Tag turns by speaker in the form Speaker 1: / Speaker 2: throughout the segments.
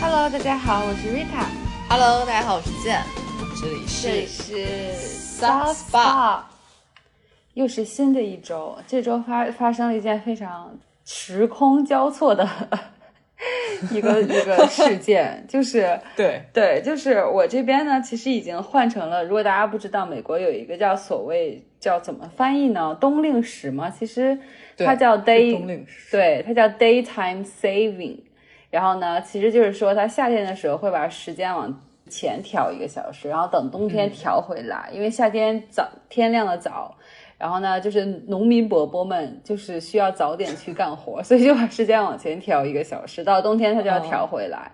Speaker 1: Hello，大家好，我是 Rita，
Speaker 2: Hello，大家好，我是健，这里
Speaker 1: 这里
Speaker 2: 是
Speaker 1: 是 South
Speaker 2: South Spa
Speaker 1: 又是新的一周，这周发发生了一件非常时空交错的 一个一个事件，就是
Speaker 2: 对
Speaker 1: 对，就是我这边呢，其实已经换成了。如果大家不知道，美国有一个叫所谓叫怎么翻译呢？冬令时嘛，其实它
Speaker 2: 对
Speaker 1: 叫 day，
Speaker 2: 冬令时
Speaker 1: 对，它叫 daytime saving。然后呢，其实就是说它夏天的时候会把时间往前调一个小时，然后等冬
Speaker 2: 嗯
Speaker 1: 天调回来，因为夏天早天亮的早。然后呢，就是农民伯伯们就是需要早点去干活，所以就把时间往前调一个小时，到冬天它就
Speaker 2: 哦
Speaker 1: 要调回来。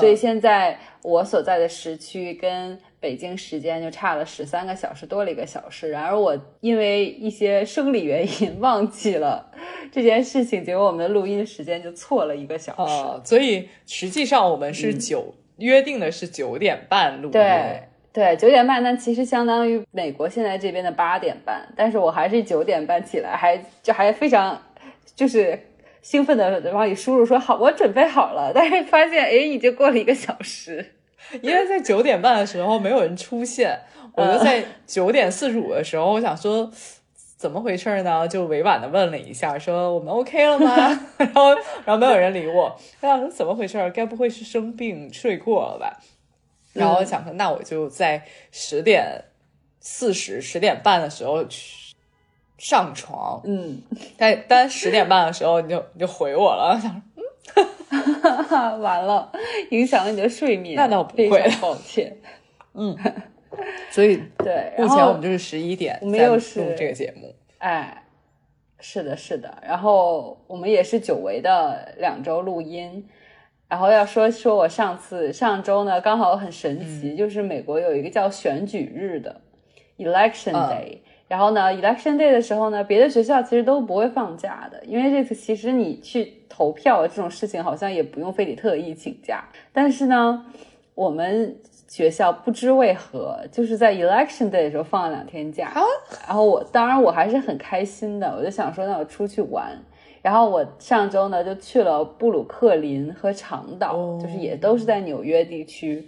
Speaker 1: 所以现在我所在的时区跟北京时间就差了十三个小时，多了一个小时。然而我因为一些生理原因 忘记了这件事情，结果我们的录音时间就错了一个小时。
Speaker 2: 呃，所以实际上我们是九、约定的是九点半录音，
Speaker 1: 对对，九点半，但其实相当于美国现在这边的八点半，但是我还是九点半起来，还就还非常就是兴奋的往里输入说好，我准备好了，但是发现哎，已经过了一个小时。
Speaker 2: 因为在九点半的时候没有人出现，我
Speaker 1: 嗯
Speaker 2: 就在九点四十五的时候，我想说怎么回事呢？就委婉的问了一下，说我们 OK 了吗？ 然后然后没有人理我，我想说怎么回事？该不会是生病睡过了吧？然
Speaker 1: 嗯
Speaker 2: 后我想说，那我就在十点四十、十点半的时候去上床，
Speaker 1: 嗯，
Speaker 2: 但但十点半的时候你就你就回我了， 我想 说
Speaker 1: 完了，影响了你的睡眠。
Speaker 2: 那倒不会
Speaker 1: 非常抱歉。
Speaker 2: 所以
Speaker 1: 对，
Speaker 2: 目
Speaker 1: 然
Speaker 2: 前
Speaker 1: 后
Speaker 2: 我们就是十一点
Speaker 1: 我们
Speaker 2: 在
Speaker 1: 又
Speaker 2: 录
Speaker 1: 是
Speaker 2: 这个节目，
Speaker 1: 哎，是的，是的。然后我们也是久违的两周录音。然后要说说我上次上周呢，刚好很神奇，
Speaker 2: 嗯
Speaker 1: 就是美国有一个叫选举日的 Election
Speaker 2: 嗯
Speaker 1: Day。然后呢，Election Day 的时候呢，别的学校其实都不会放假的，因为这次其实你去投票这种事情好像也不用非得特意请假。但是呢，我们学校不知为何就是在 Election Day 的时候放了两天假。然后我当然我还是很开心的，我就想说那我出去玩。然后我上周呢就去了布鲁克林和长岛，
Speaker 2: 哦
Speaker 1: 就是也都是在纽约地区。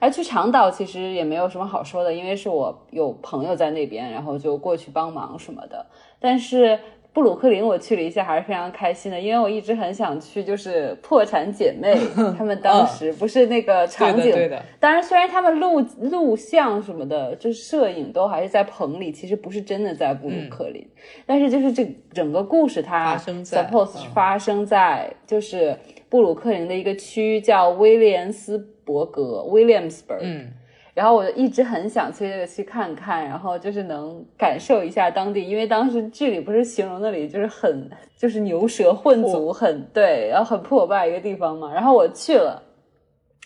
Speaker 1: 而去长岛其实也没有什么好说的，因为是我有朋友在那边，然后就过去帮忙什么的。但是布鲁克林我去了一下，还是非常开心的，因为我一直很想去，就是破产姐 妹她们当时不是那个场景
Speaker 2: 嗯对的对的
Speaker 1: 当然，虽然他们录录像什么的，就是摄影都还是在棚里，其实不是真的在布鲁克林，但是就是这整个故事它
Speaker 2: 嗯发生在
Speaker 1: suppose
Speaker 2: 嗯
Speaker 1: 发生在就是布鲁克林的一个区叫威廉斯伯格 （Williamsburg）。
Speaker 2: 嗯，
Speaker 1: 然后我一直很想去去看看，然后就是能感受一下当地，因为当时剧里不是形容那里就是很就是牛舌混族，很对，然后很破败一个地方嘛。然后我去了。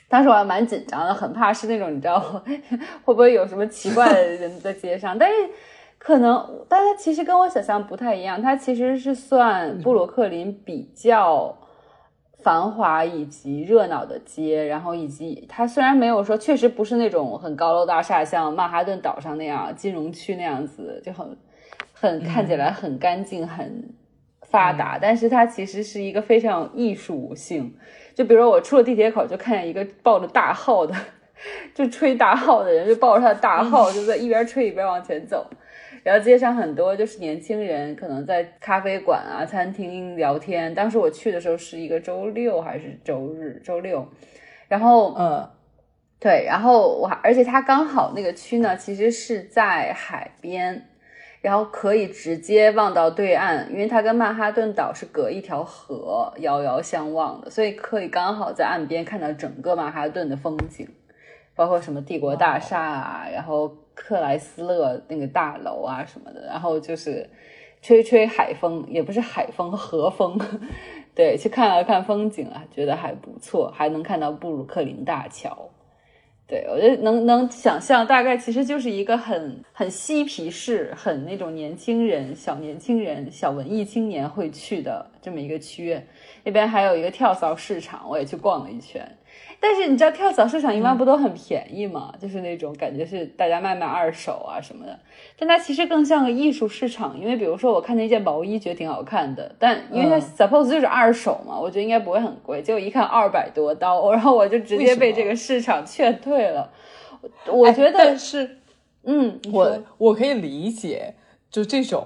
Speaker 1: 当时我还蛮紧张的，很怕是那种你知道会不会有什么奇怪的人在街上，但是可能，但它其实跟我想象不太一样，它其实是算布鲁克林比较繁华以及热闹的街，然后以及它虽然没有说，确实不是那种很高楼大厦，像曼哈顿岛上那样金融区那样子，就很很看起来很干净、很发达，但是它其实是一个非常有艺术性。就比如说我出了地铁口，就看见一个抱着大号的，就吹大号的人，就抱着他的大号，就在一边吹一边往前走。然后街上很多就是年轻人，可能在咖啡馆啊、餐厅聊天。当时我去的时候是一个周六还是周日？周六。然后
Speaker 2: 嗯，
Speaker 1: 对，然后我还，而且它刚好那个区呢，其实是在海边，然后可以直接望到对岸，因为它跟曼哈顿岛是隔一条河遥遥相望的，所以可以刚好在岸边看到整个曼哈顿的风景，包括什么帝国大厦啊，然后克莱斯勒那个大楼啊什么的，然后就是吹吹海风，也不是海风，和风。 对，去看了看风景啊，觉得还不错，还能看到布鲁克林大桥。对，我就能能想象，大概其实就是一个很很嬉皮士、很那种年轻人、小年轻人、小文艺青年会去的这么一个区，那边还有一个跳蚤市场，我也去逛了一圈。但是你知道跳蚤市场一般不都很便宜吗？就是那种感觉是大家卖卖二手啊什么的，但它其实更像个艺术市场。因为比如说我看那件毛衣觉得挺好看的，但因为它
Speaker 2: 嗯
Speaker 1: suppose 就是二手嘛，我觉得应该不会很贵。结果一看二百多刀，然后我就直
Speaker 2: 为
Speaker 1: 接
Speaker 2: 什么哎
Speaker 1: 被这个市场劝退了。我我觉得，
Speaker 2: 但是
Speaker 1: 嗯，你说
Speaker 2: 我我可以理解，就这种，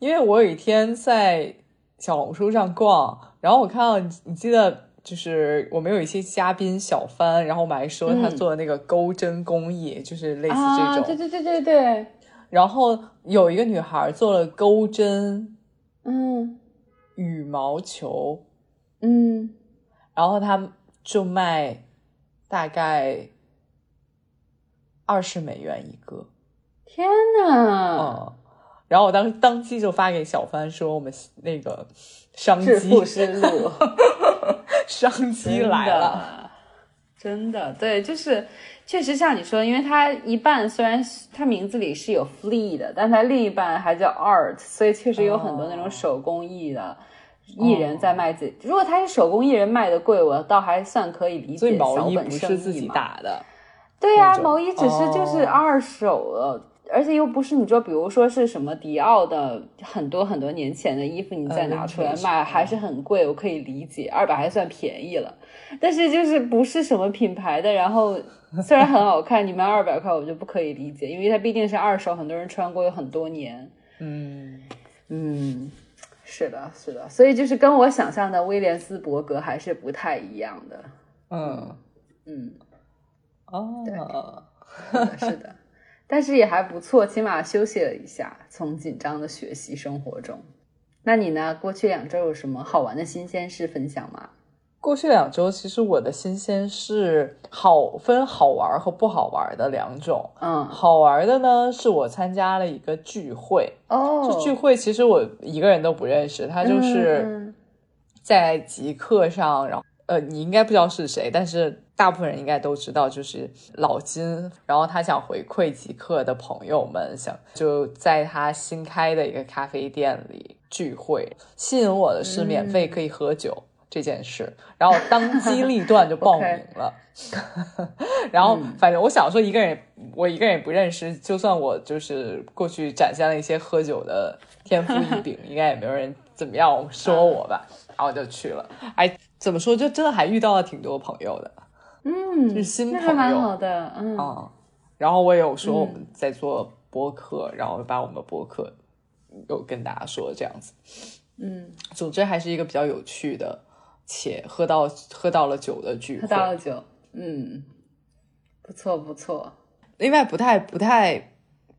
Speaker 2: 因为我有一天在小红书上逛，然后我看到你，你记得就是我们有一些嘉宾小帆，然后我们还说他
Speaker 1: 嗯
Speaker 2: 做的那个钩针工艺，就是类似这
Speaker 1: 啊，
Speaker 2: 种，
Speaker 1: 对对对对对，
Speaker 2: 然后有一个女孩做了钩针
Speaker 1: 嗯
Speaker 2: 羽毛球，
Speaker 1: 嗯，
Speaker 2: 然后她就卖大概二十美元一个，
Speaker 1: 天哪，
Speaker 2: 嗯，然后我当当即就发给小帆说我们那个商
Speaker 1: 致富
Speaker 2: 机
Speaker 1: 之 路。
Speaker 2: 商机来了，
Speaker 1: 了。真的，对，就是确实像你说，因为它一半虽然是它名字里是有 flea 的，但它另一半还叫 art，所以确实有很多那
Speaker 2: 哦
Speaker 1: 种手工艺的艺人在卖自己。如果他是手工艺人卖的贵，我倒还算可以理
Speaker 2: 所以
Speaker 1: 解小
Speaker 2: 毛衣
Speaker 1: 本
Speaker 2: 不
Speaker 1: 生
Speaker 2: 是
Speaker 1: 意
Speaker 2: 自己
Speaker 1: 嘛
Speaker 2: 打的，
Speaker 1: 对呀、
Speaker 2: 那种
Speaker 1: 毛衣只是就是
Speaker 2: 哦
Speaker 1: 二手的，而且又不是你说，比如说是什么迪奥的很多很多年前的衣服，你再
Speaker 2: 嗯
Speaker 1: 拿出来
Speaker 2: vintage
Speaker 1: 卖、还是很贵，我可以理解，二百还算便宜了。但是就是不是什么品牌的，然后虽然很好看，你卖二百块我就不可以理解，因为它毕竟是二手，很多人穿过有很多年。
Speaker 2: 嗯，
Speaker 1: 嗯，是的，是的，所以就是跟我想象的威廉斯伯格还是不太一样的。
Speaker 2: 嗯
Speaker 1: 嗯。
Speaker 2: 哦，
Speaker 1: 是的嗯是的，但是也还不错，起码休息了一下，从紧张的学习生活中。那你呢？过去两周有什么好玩的新鲜事分享吗？
Speaker 2: 过去两周其实我的新鲜是好分好玩和不好玩的两种。
Speaker 1: 嗯，
Speaker 2: 好玩的呢，是我参加了一个聚会。
Speaker 1: 哦，
Speaker 2: 这聚会其实我一个人都不认识，他就是
Speaker 1: 嗯
Speaker 2: 在极客上，然后呃，你应该不知道是谁，但是大部分人应该都知道，就是老金。然后他想回馈极客的朋友们，想就在他新开的一个咖啡店里聚会。吸引我的是免费可以喝酒。这件事，然后我当机立断就报名了。 然后反正我想说，一个人也我一个人也不认识，就算我就是过去展现了一些喝酒的天赋异禀，应该也没有人怎么样说我吧。然后我就去了，哎，怎么说，就真的还遇到了挺多朋友的
Speaker 1: 嗯，
Speaker 2: 是新
Speaker 1: 那
Speaker 2: 朋
Speaker 1: 还蛮
Speaker 2: 友
Speaker 1: 好的，嗯，
Speaker 2: 啊、嗯然后我也有说我们在做播客，然后把我们的播客有跟大家说这样子。
Speaker 1: 嗯，
Speaker 2: 总之还是一个比较有趣的，且喝到喝到了酒的聚会。
Speaker 1: 喝到了酒，嗯，不错不错，
Speaker 2: 另外不太不太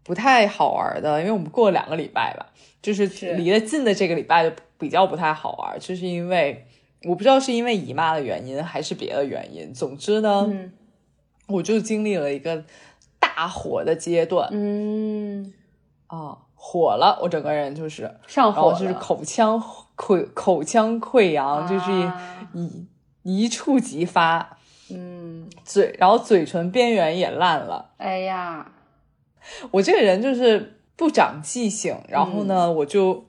Speaker 2: 不太好玩的，因为我们过了两个礼拜吧，就是
Speaker 1: 是
Speaker 2: 离得近的这个礼拜就比较不太好玩，就是因为我不知道是因为姨妈的原因还是别的原因，总之呢，
Speaker 1: 嗯
Speaker 2: 我就经历了一个大火的阶段
Speaker 1: 嗯，
Speaker 2: 啊，火了，我整个人就是。
Speaker 1: 上
Speaker 2: 然
Speaker 1: 火
Speaker 2: 后
Speaker 1: 了，
Speaker 2: 就是口腔溃口腔溃疡，就是
Speaker 1: 啊
Speaker 2: 一一触即发，
Speaker 1: 嗯，
Speaker 2: 嘴然后嘴唇边缘也烂了。
Speaker 1: 哎呀，
Speaker 2: 我这个人就是不长记性，然后呢，
Speaker 1: 嗯
Speaker 2: 我就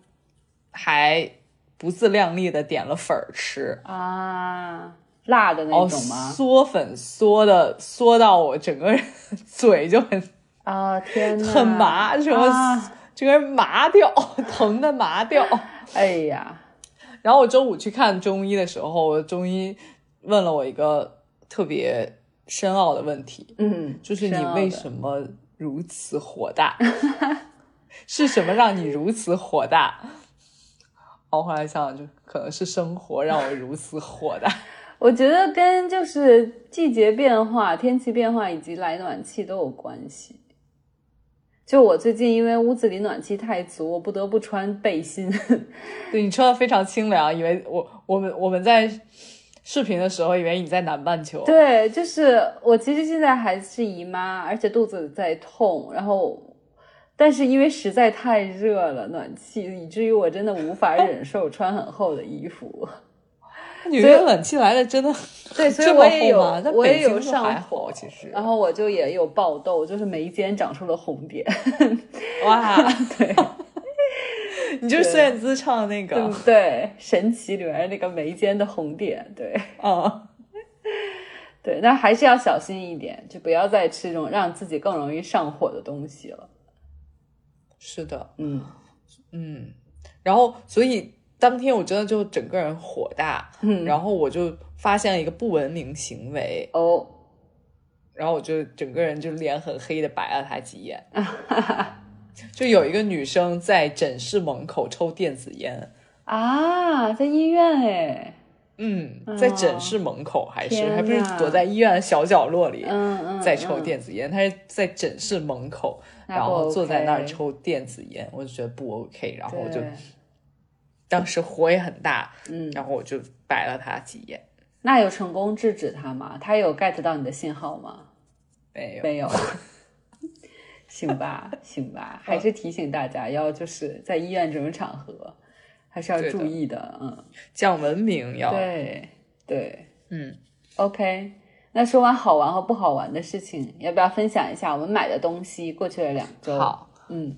Speaker 2: 还不自量力的点了粉儿吃，
Speaker 1: 啊，辣的
Speaker 2: 然后
Speaker 1: 那种吗？
Speaker 2: 缩粉缩的缩到我整个人 嘴就很
Speaker 1: 啊、天哪，
Speaker 2: 很麻，什么、
Speaker 1: 啊
Speaker 2: 整个人麻掉， 疼的麻掉。
Speaker 1: 哎呀，
Speaker 2: 然后我周五去看中医的时候，中医问了我一个特别深奥的问题，
Speaker 1: 嗯，
Speaker 2: 就是你
Speaker 1: 深奥
Speaker 2: 为
Speaker 1: 的
Speaker 2: 什么如此火大？是什么让你如此火大？然后后来想想，就可能是生活让我如此火大。
Speaker 1: 我觉得跟就是季节变化、天气变化以及来暖气都有关系。就我最近因为屋子里暖气太足，我不得不穿背心。
Speaker 2: 对你穿的非常清凉，以为我我们我们在视频的时候，以为你在南半球。
Speaker 1: 对，就是我其实现在还是姨妈，而且肚子在痛，然后但是因为实在太热了，暖气以至于我真的无法忍受穿很厚的衣服。
Speaker 2: 纽约冷气来的真的
Speaker 1: 对，所以
Speaker 2: 这么
Speaker 1: 我也
Speaker 2: 厚吗
Speaker 1: 有
Speaker 2: 在，
Speaker 1: 我也
Speaker 2: 北京
Speaker 1: 有
Speaker 2: 就
Speaker 1: 上
Speaker 2: 还
Speaker 1: 火
Speaker 2: 好，其实
Speaker 1: 然后我就也有爆 痘，就是眉间长出了红点。
Speaker 2: 哇，
Speaker 1: 对。
Speaker 2: 你就是孙燕姿唱的那个，
Speaker 1: 嗯 对，神奇里面那个眉间的红点，对
Speaker 2: 啊，
Speaker 1: 对，那还是要小心一点，就不要再吃这种让自己更容易上火的东西了。
Speaker 2: 是的，
Speaker 1: 嗯，
Speaker 2: 嗯，然后所以当天我真的就整个人火大，
Speaker 1: 嗯
Speaker 2: 然后我就发现了一个不文明行为，
Speaker 1: 哦，
Speaker 2: 然后我就整个人就脸很黑的白了他几 眼，就有一个女生在诊室门口抽电子烟，
Speaker 1: 啊，在医院哎，
Speaker 2: 嗯，在诊室门口还是、
Speaker 1: 天
Speaker 2: 还不是
Speaker 1: 呐
Speaker 2: 躲在医院的小角落里。
Speaker 1: 嗯嗯，
Speaker 2: 在抽
Speaker 1: 嗯，
Speaker 2: 电子烟，她是在诊室门口，
Speaker 1: 那
Speaker 2: 然
Speaker 1: 不
Speaker 2: 后坐在那儿
Speaker 1: OK
Speaker 2: 抽电子烟，我就觉得不 OK，然后我就
Speaker 1: 对
Speaker 2: 当时火也很大，
Speaker 1: 嗯，
Speaker 2: 然后我就白了他几眼，
Speaker 1: 那有成功制止他吗？他有 get 到你的信号吗？
Speaker 2: 没有，
Speaker 1: 没 有。行吧，行
Speaker 2: 嗯
Speaker 1: 吧，还是提醒大家要就是在医院这种场合，还是要
Speaker 2: 对的
Speaker 1: 注意的。嗯，
Speaker 2: 讲文明要，
Speaker 1: 对对
Speaker 2: 嗯，
Speaker 1: ，OK。那说完好玩和不好玩的事情，要不要分享一下我们买的东西？过去了两周，，
Speaker 2: 好，
Speaker 1: 嗯，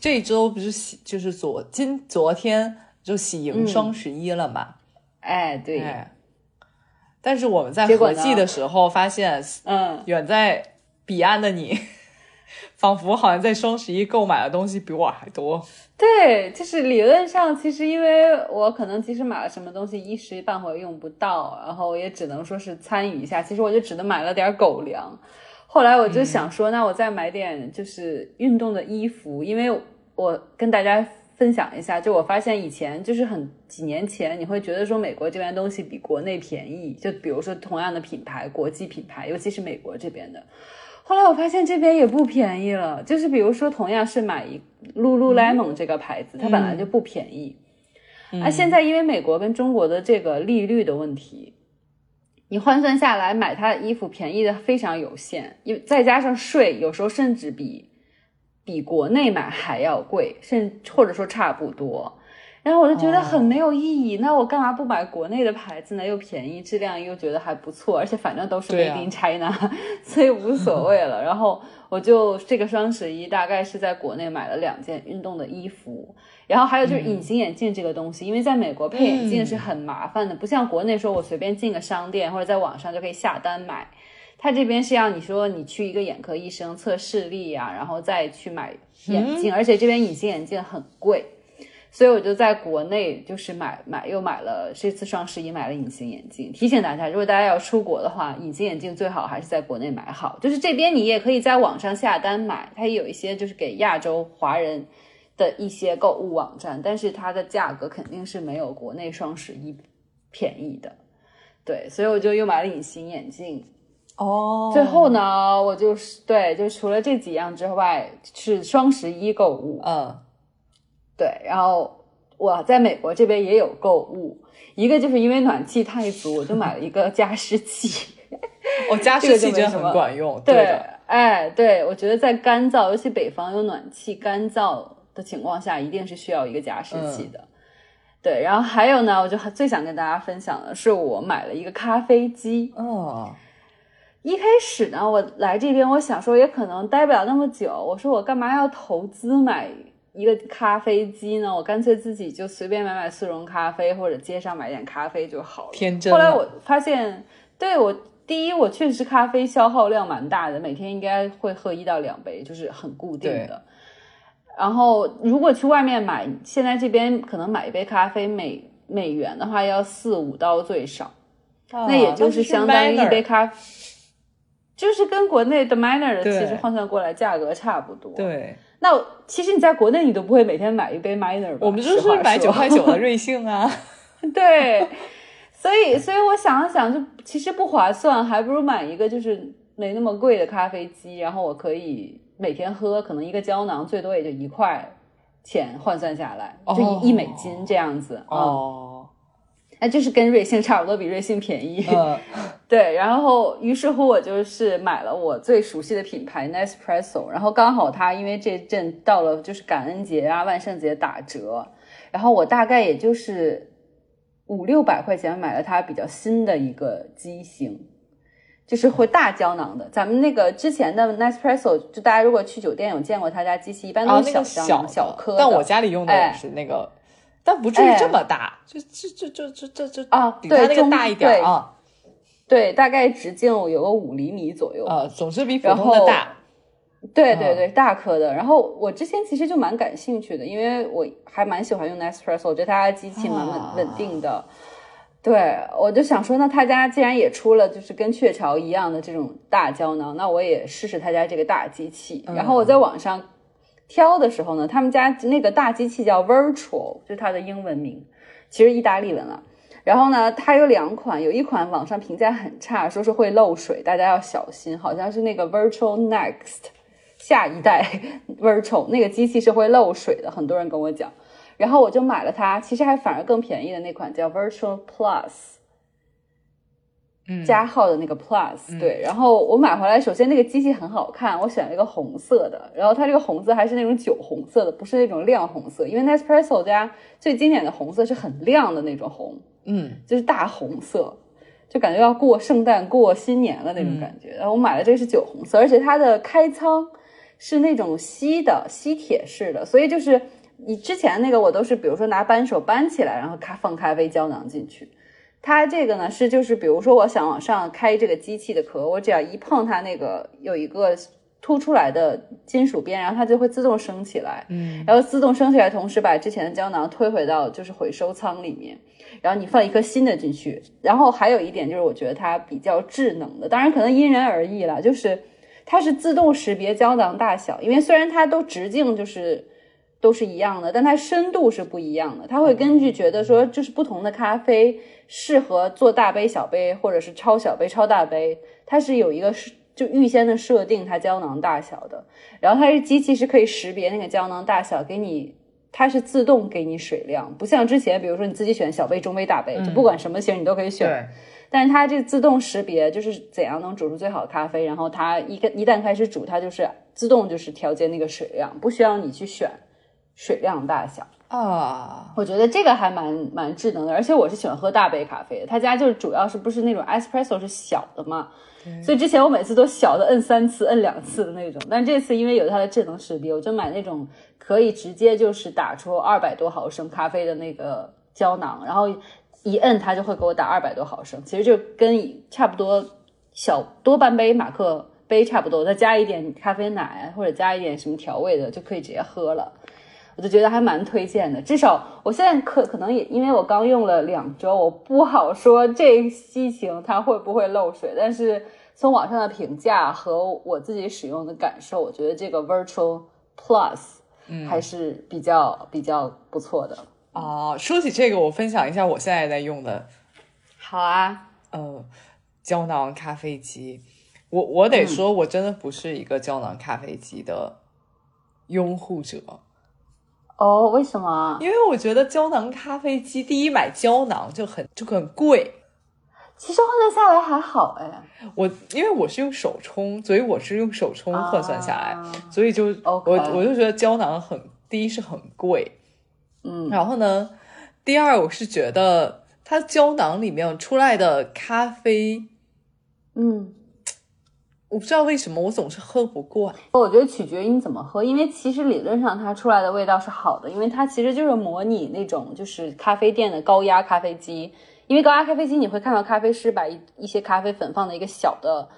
Speaker 2: 这周不是喜就是昨今昨天就喜迎双十一了嘛，
Speaker 1: 哎，嗯对，
Speaker 2: 哎，但是我们在
Speaker 1: 结果
Speaker 2: 合
Speaker 1: 呢
Speaker 2: 计的时候发现，
Speaker 1: 嗯，
Speaker 2: 远在彼岸的你， 仿佛好像在双十一购买的东西比我还多，
Speaker 1: 对，就是理论上，其实因为我可能即使买了什么东西，一时半会儿用不到，然后我也只能说是参与一下。其实我就只能买了点狗粮。后来我就想说，那我再买点就是运动的衣服，因为我跟大家分享一下，就我发现以前就是很几年前，你会觉得说美国这边东西比国内便宜，就比如说同样的品牌，国际品牌，尤其是美国这边的。后来我发现这边也不便宜了，就是比如说同样是买一 Lululemon 这个牌子，它本来就不便宜，啊，现在因为美国跟中国的这个利率的问题，你换算下来买它的衣服便宜的非常有限，因为再加上税，有时候甚至比比国内买还要贵，甚或者说差不多。然后我就觉得很没有意义，那我干嘛不买国内的牌子呢？又便宜，质量又觉得还不错，而且反正都是
Speaker 2: 对
Speaker 1: Made
Speaker 2: 啊
Speaker 1: in China，、所 以无所谓了。然后我就这个双十一大概是在国内买了两件运动的衣服，然后还有就是
Speaker 2: 嗯
Speaker 1: 隐形眼镜这个东西，因为在美国配眼镜是很麻烦的，不像国内说我随便进个商店或者在网上就可以下单买。它这边是要你说你去一个眼科医生测视力呀、然后再去买
Speaker 2: 嗯
Speaker 1: 眼镜，而且这边隐形眼镜很贵，所以我就在国内就是买买又买了这次双十一买了隐形眼镜。提醒大家，如果大家要出国的话，隐形眼镜最好还是在国内买好。就是这边你也可以在网上下单买，它也有一些就是给亚洲华人的一些购物网站，但是它的价格肯定是没有国内双十一便宜的。对，所以我就又买了隐形眼镜，
Speaker 2: 哦
Speaker 1: 最后呢，我就是对，就除了这几样之外，是双十一购物。
Speaker 2: 嗯，
Speaker 1: 对，然后我在美国这边也有购物，一个就是因为暖气太足，我就买了一个加湿器。
Speaker 2: 哦，加
Speaker 1: 这个
Speaker 2: 湿
Speaker 1: 就没
Speaker 2: 器真的
Speaker 1: 什
Speaker 2: 很
Speaker 1: 么
Speaker 2: 管用，
Speaker 1: 对，
Speaker 2: 的，
Speaker 1: 哎，对，我觉得在干燥，尤其北方有暖气干燥的情况下，一定是需要一个加湿器的。对，然后还有呢，我就最想跟大家分享的是，我买了一个咖啡机。哦
Speaker 2: 嗯，
Speaker 1: 一开始呢，我来这边，我想说也可能待不了那么久，我说我干嘛要投资买一个咖啡机呢？我干脆自己就随便买买速溶咖啡，或者街上买点咖啡就好了。
Speaker 2: 天真
Speaker 1: 后来
Speaker 2: 了
Speaker 1: 我发现，对我第一，我确实咖啡消耗量蛮大的，每天应该会喝一到两杯，就是很固定
Speaker 2: 对
Speaker 1: 的。然后如果去外面买，现在这边可能买一杯咖啡美美元的话要四五刀最少。
Speaker 2: 哦
Speaker 1: 啊那也就是相当于一杯
Speaker 2: 咖
Speaker 1: 咖啡，就是跟国内的 Miner 的
Speaker 2: 对
Speaker 1: 其实换算过来价格差不多。，
Speaker 2: 对，
Speaker 1: 那我其实你在国内你都不会每天买一杯 Miner 吧
Speaker 2: 我们就
Speaker 1: 实话
Speaker 2: 是买
Speaker 1: 说
Speaker 2: 九块九的瑞幸啊，
Speaker 1: 对，所以所以我想了想，就其实不划算，还不如买一个就是没那么贵的咖啡机，然后我可以每天喝，可能一个胶囊最多也就一块钱换算下来，就
Speaker 2: 哦
Speaker 1: 一一美金这样子。嗯，
Speaker 2: 哦，
Speaker 1: 那就是跟瑞幸差不多，比瑞幸便宜。
Speaker 2: 嗯，
Speaker 1: 对，然后于是乎我就是买了我最熟悉的品牌 Nespresso，然后刚好它因为这阵到了就是感恩节啊、万圣节打折，然后我大概也就是五六百块钱买了它比较新的一个机型，就是会大胶囊的。咱们那个之前的 Nespresso，就大家如果去酒店有见过他家机器，一般
Speaker 2: 然后
Speaker 1: 都
Speaker 2: 哦那
Speaker 1: 是
Speaker 2: 个
Speaker 1: 小
Speaker 2: 小
Speaker 1: 胶囊、小
Speaker 2: 的
Speaker 1: 颗的。
Speaker 2: 但我家里用的也
Speaker 1: 哎
Speaker 2: 是那个，但不至于
Speaker 1: 哎
Speaker 2: 这么大，就就就就就就就
Speaker 1: 啊
Speaker 2: 比它
Speaker 1: 对
Speaker 2: 那个
Speaker 1: 中
Speaker 2: 大一点儿
Speaker 1: 对
Speaker 2: 啊，
Speaker 1: 对，大概直径有个五厘米左右。
Speaker 2: 呃，总之比普
Speaker 1: 然
Speaker 2: 通的
Speaker 1: 后
Speaker 2: 大，
Speaker 1: 对
Speaker 2: 嗯
Speaker 1: 对对，大颗的。然后我之前其实就蛮感兴趣的，因为我还蛮喜欢用 Nespresso，我觉得他家机器蛮稳
Speaker 2: 啊
Speaker 1: 稳定的。对，我就想说，那他家既然也出了就是跟雀巢一样的这种大胶囊，那我也试试他家这个大机器。然后我在网上挑的时候呢，他们家那个大机器叫 Virtual，就是它的英文名，其实意大利文了。然后呢，它有两款，有一款网上评价很差，说是会漏水，大家要小心。好像是那个 Virtual Next 下一代 Virtual 那个机器是会漏水的，很多人跟我讲。然后我就买了它，其实还反而更便宜的那款叫 Virtual Plus。
Speaker 2: 嗯，
Speaker 1: 加号的那个 Plus，、对。然后我买回来，首先那个机器很好看，我选了一个红色的，然后它这个红色还是那种酒红色的，不是那种亮红色，因为 Nespresso 家最经典的红色是很亮的那种红，
Speaker 2: 嗯，
Speaker 1: 就是大红色，就感觉要过圣诞、过新年了那种感觉。然后我买的这个是酒红色，而且它的开仓是那种吸的吸铁式的，所以就是你之前那个我都是，比如说拿扳手扳起来，然后咖放咖啡胶囊进去。它这个呢是就是，比如说我想往上开这个机器的壳，我只要一碰它那个有一个凸出来的金属边，然后它就会自动升起来，嗯，然后自动升起来，同时把之前的胶囊推回到就是回收仓里面，然后你放一颗新的进去。然后还有一点就是，我觉得它比较智能的，当然可能因人而异啦，就是它是自动识别胶囊大小，因为虽然它都直径就是都是一样的，但它深度是不一样的。它会根据觉得说，就是不同的咖啡适合做大杯、小杯，或者是超小杯、超大杯，它是有一个是就预先的设定它胶囊大小的。然后它是机器是可以识别那个胶囊大小，给你它是自动给你水量，不像之前比如说你自己选小杯、中杯、大杯，就不管什么型你都可以选。
Speaker 2: 对，
Speaker 1: 但是它这自动识别就是怎样能煮出最好的咖啡，然后它一个一旦开始煮，它就是自动就是调节那个水量，不需要你去选水量大小。
Speaker 2: 啊，
Speaker 1: 我觉得这个还蛮蛮智能的，而且我是喜欢喝大杯咖啡的。他家就是主要是不是那种 espresso 是小的嘛，所以之前我每次都小的摁三次、摁两次的那种。但这次因为有它的智能识别，我就买那种可以直接就是打出二百多毫升咖啡的那个胶囊，然后一摁它就会给我打二百多毫升，其实就跟差不多小多半杯马克杯差不多，再加一点咖啡奶啊或者加一点什么调味的就可以直接喝了。我就觉得还蛮推荐的。至少我现在可可能也因为我刚用了两周，我不好说这机型它会不会漏水，但是从网上的评价和我自己使用的感受，我觉得这个 Virtual Plus
Speaker 2: 嗯
Speaker 1: 还是比较、比较不错的。
Speaker 2: 啊，说起这个，我分享一下我现在在用的
Speaker 1: 好啊，
Speaker 2: 呃胶囊咖啡机。我我
Speaker 1: 嗯
Speaker 2: 得说，我真的不是一个胶囊咖啡机的拥护者，
Speaker 1: 哦，为什么？
Speaker 2: 因为我觉得胶囊咖啡机，第一买胶囊就很就很贵。
Speaker 1: 其实换算下来还好哎。
Speaker 2: 我因为我是用手冲，所以我是用手冲换算下来，
Speaker 1: 啊
Speaker 2: 所以就
Speaker 1: OK
Speaker 2: 我我就觉得胶囊很第一是很贵，
Speaker 1: 嗯
Speaker 2: 然后呢，第二我是觉得它胶囊里面出来的咖啡，
Speaker 1: 嗯，
Speaker 2: 我不知道为什么我总是喝不惯。
Speaker 1: 我觉得取决于你怎么喝，因为其实理论上它出来的味道是好的，因为它其实就是模拟那种就是咖啡店的高压咖啡机，因为高压咖啡机你会看到咖啡师把一一些咖啡粉放在一个小的，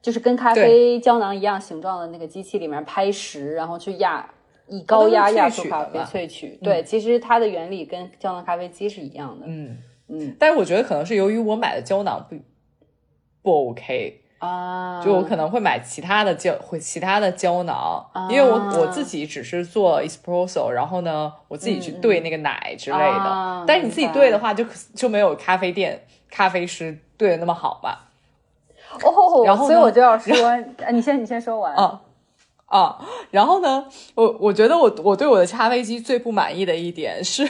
Speaker 1: 就是跟咖啡胶囊一样形状的那个机器里面拍实，然后去压。以高压压出咖啡
Speaker 2: 它都是萃取的
Speaker 1: 萃
Speaker 2: 吧
Speaker 1: 取，对，其实它的原理跟胶囊咖啡机是一样的。
Speaker 2: 嗯
Speaker 1: 嗯
Speaker 2: 但是我觉得可能是由于我买的胶囊不不 OK，
Speaker 1: 啊，
Speaker 2: 就我可能会买其他的胶，会其他的胶囊，因为
Speaker 1: 啊
Speaker 2: 我我自己只是做 espresso，然后呢，我自己去兑那个奶之类的。
Speaker 1: 嗯啊
Speaker 2: 但是你自己
Speaker 1: 明白
Speaker 2: 兑的话就，就没有咖啡店咖啡师兑的那么好嘛。
Speaker 1: 哦，
Speaker 2: 然后
Speaker 1: 所
Speaker 2: 呢
Speaker 1: 以我就要说， 啊你先你先说完
Speaker 2: 啊啊，然后呢，我我觉得我我对我的咖啡机最不满意的一点是，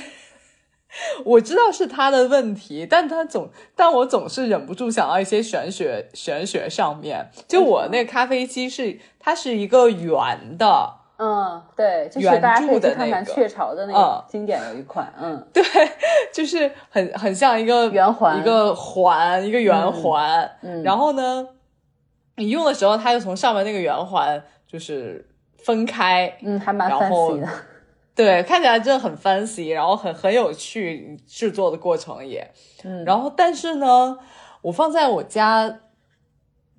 Speaker 2: 我知道是它的问题，但它总但我总是忍不住想到一些玄学玄学上面。就我那个咖啡机是它是一个圆的，
Speaker 1: 嗯，对，就是
Speaker 2: 原
Speaker 1: 大家可以
Speaker 2: 著的
Speaker 1: 去看
Speaker 2: 那
Speaker 1: 看
Speaker 2: 个
Speaker 1: 雀巢的那
Speaker 2: 嗯
Speaker 1: 个经典有一款，嗯，
Speaker 2: 对，就是很很像一个
Speaker 1: 圆环嗯
Speaker 2: 一个环，一个圆环。然后呢，你用的时候，它就从上面那个圆环就是分开，
Speaker 1: 嗯，还蛮
Speaker 2: 然后
Speaker 1: fancy 的，
Speaker 2: 对，看起来真的很 fancy，然后很很有趣，制作的过程也，
Speaker 1: 嗯，
Speaker 2: 然后但是呢，我放在我家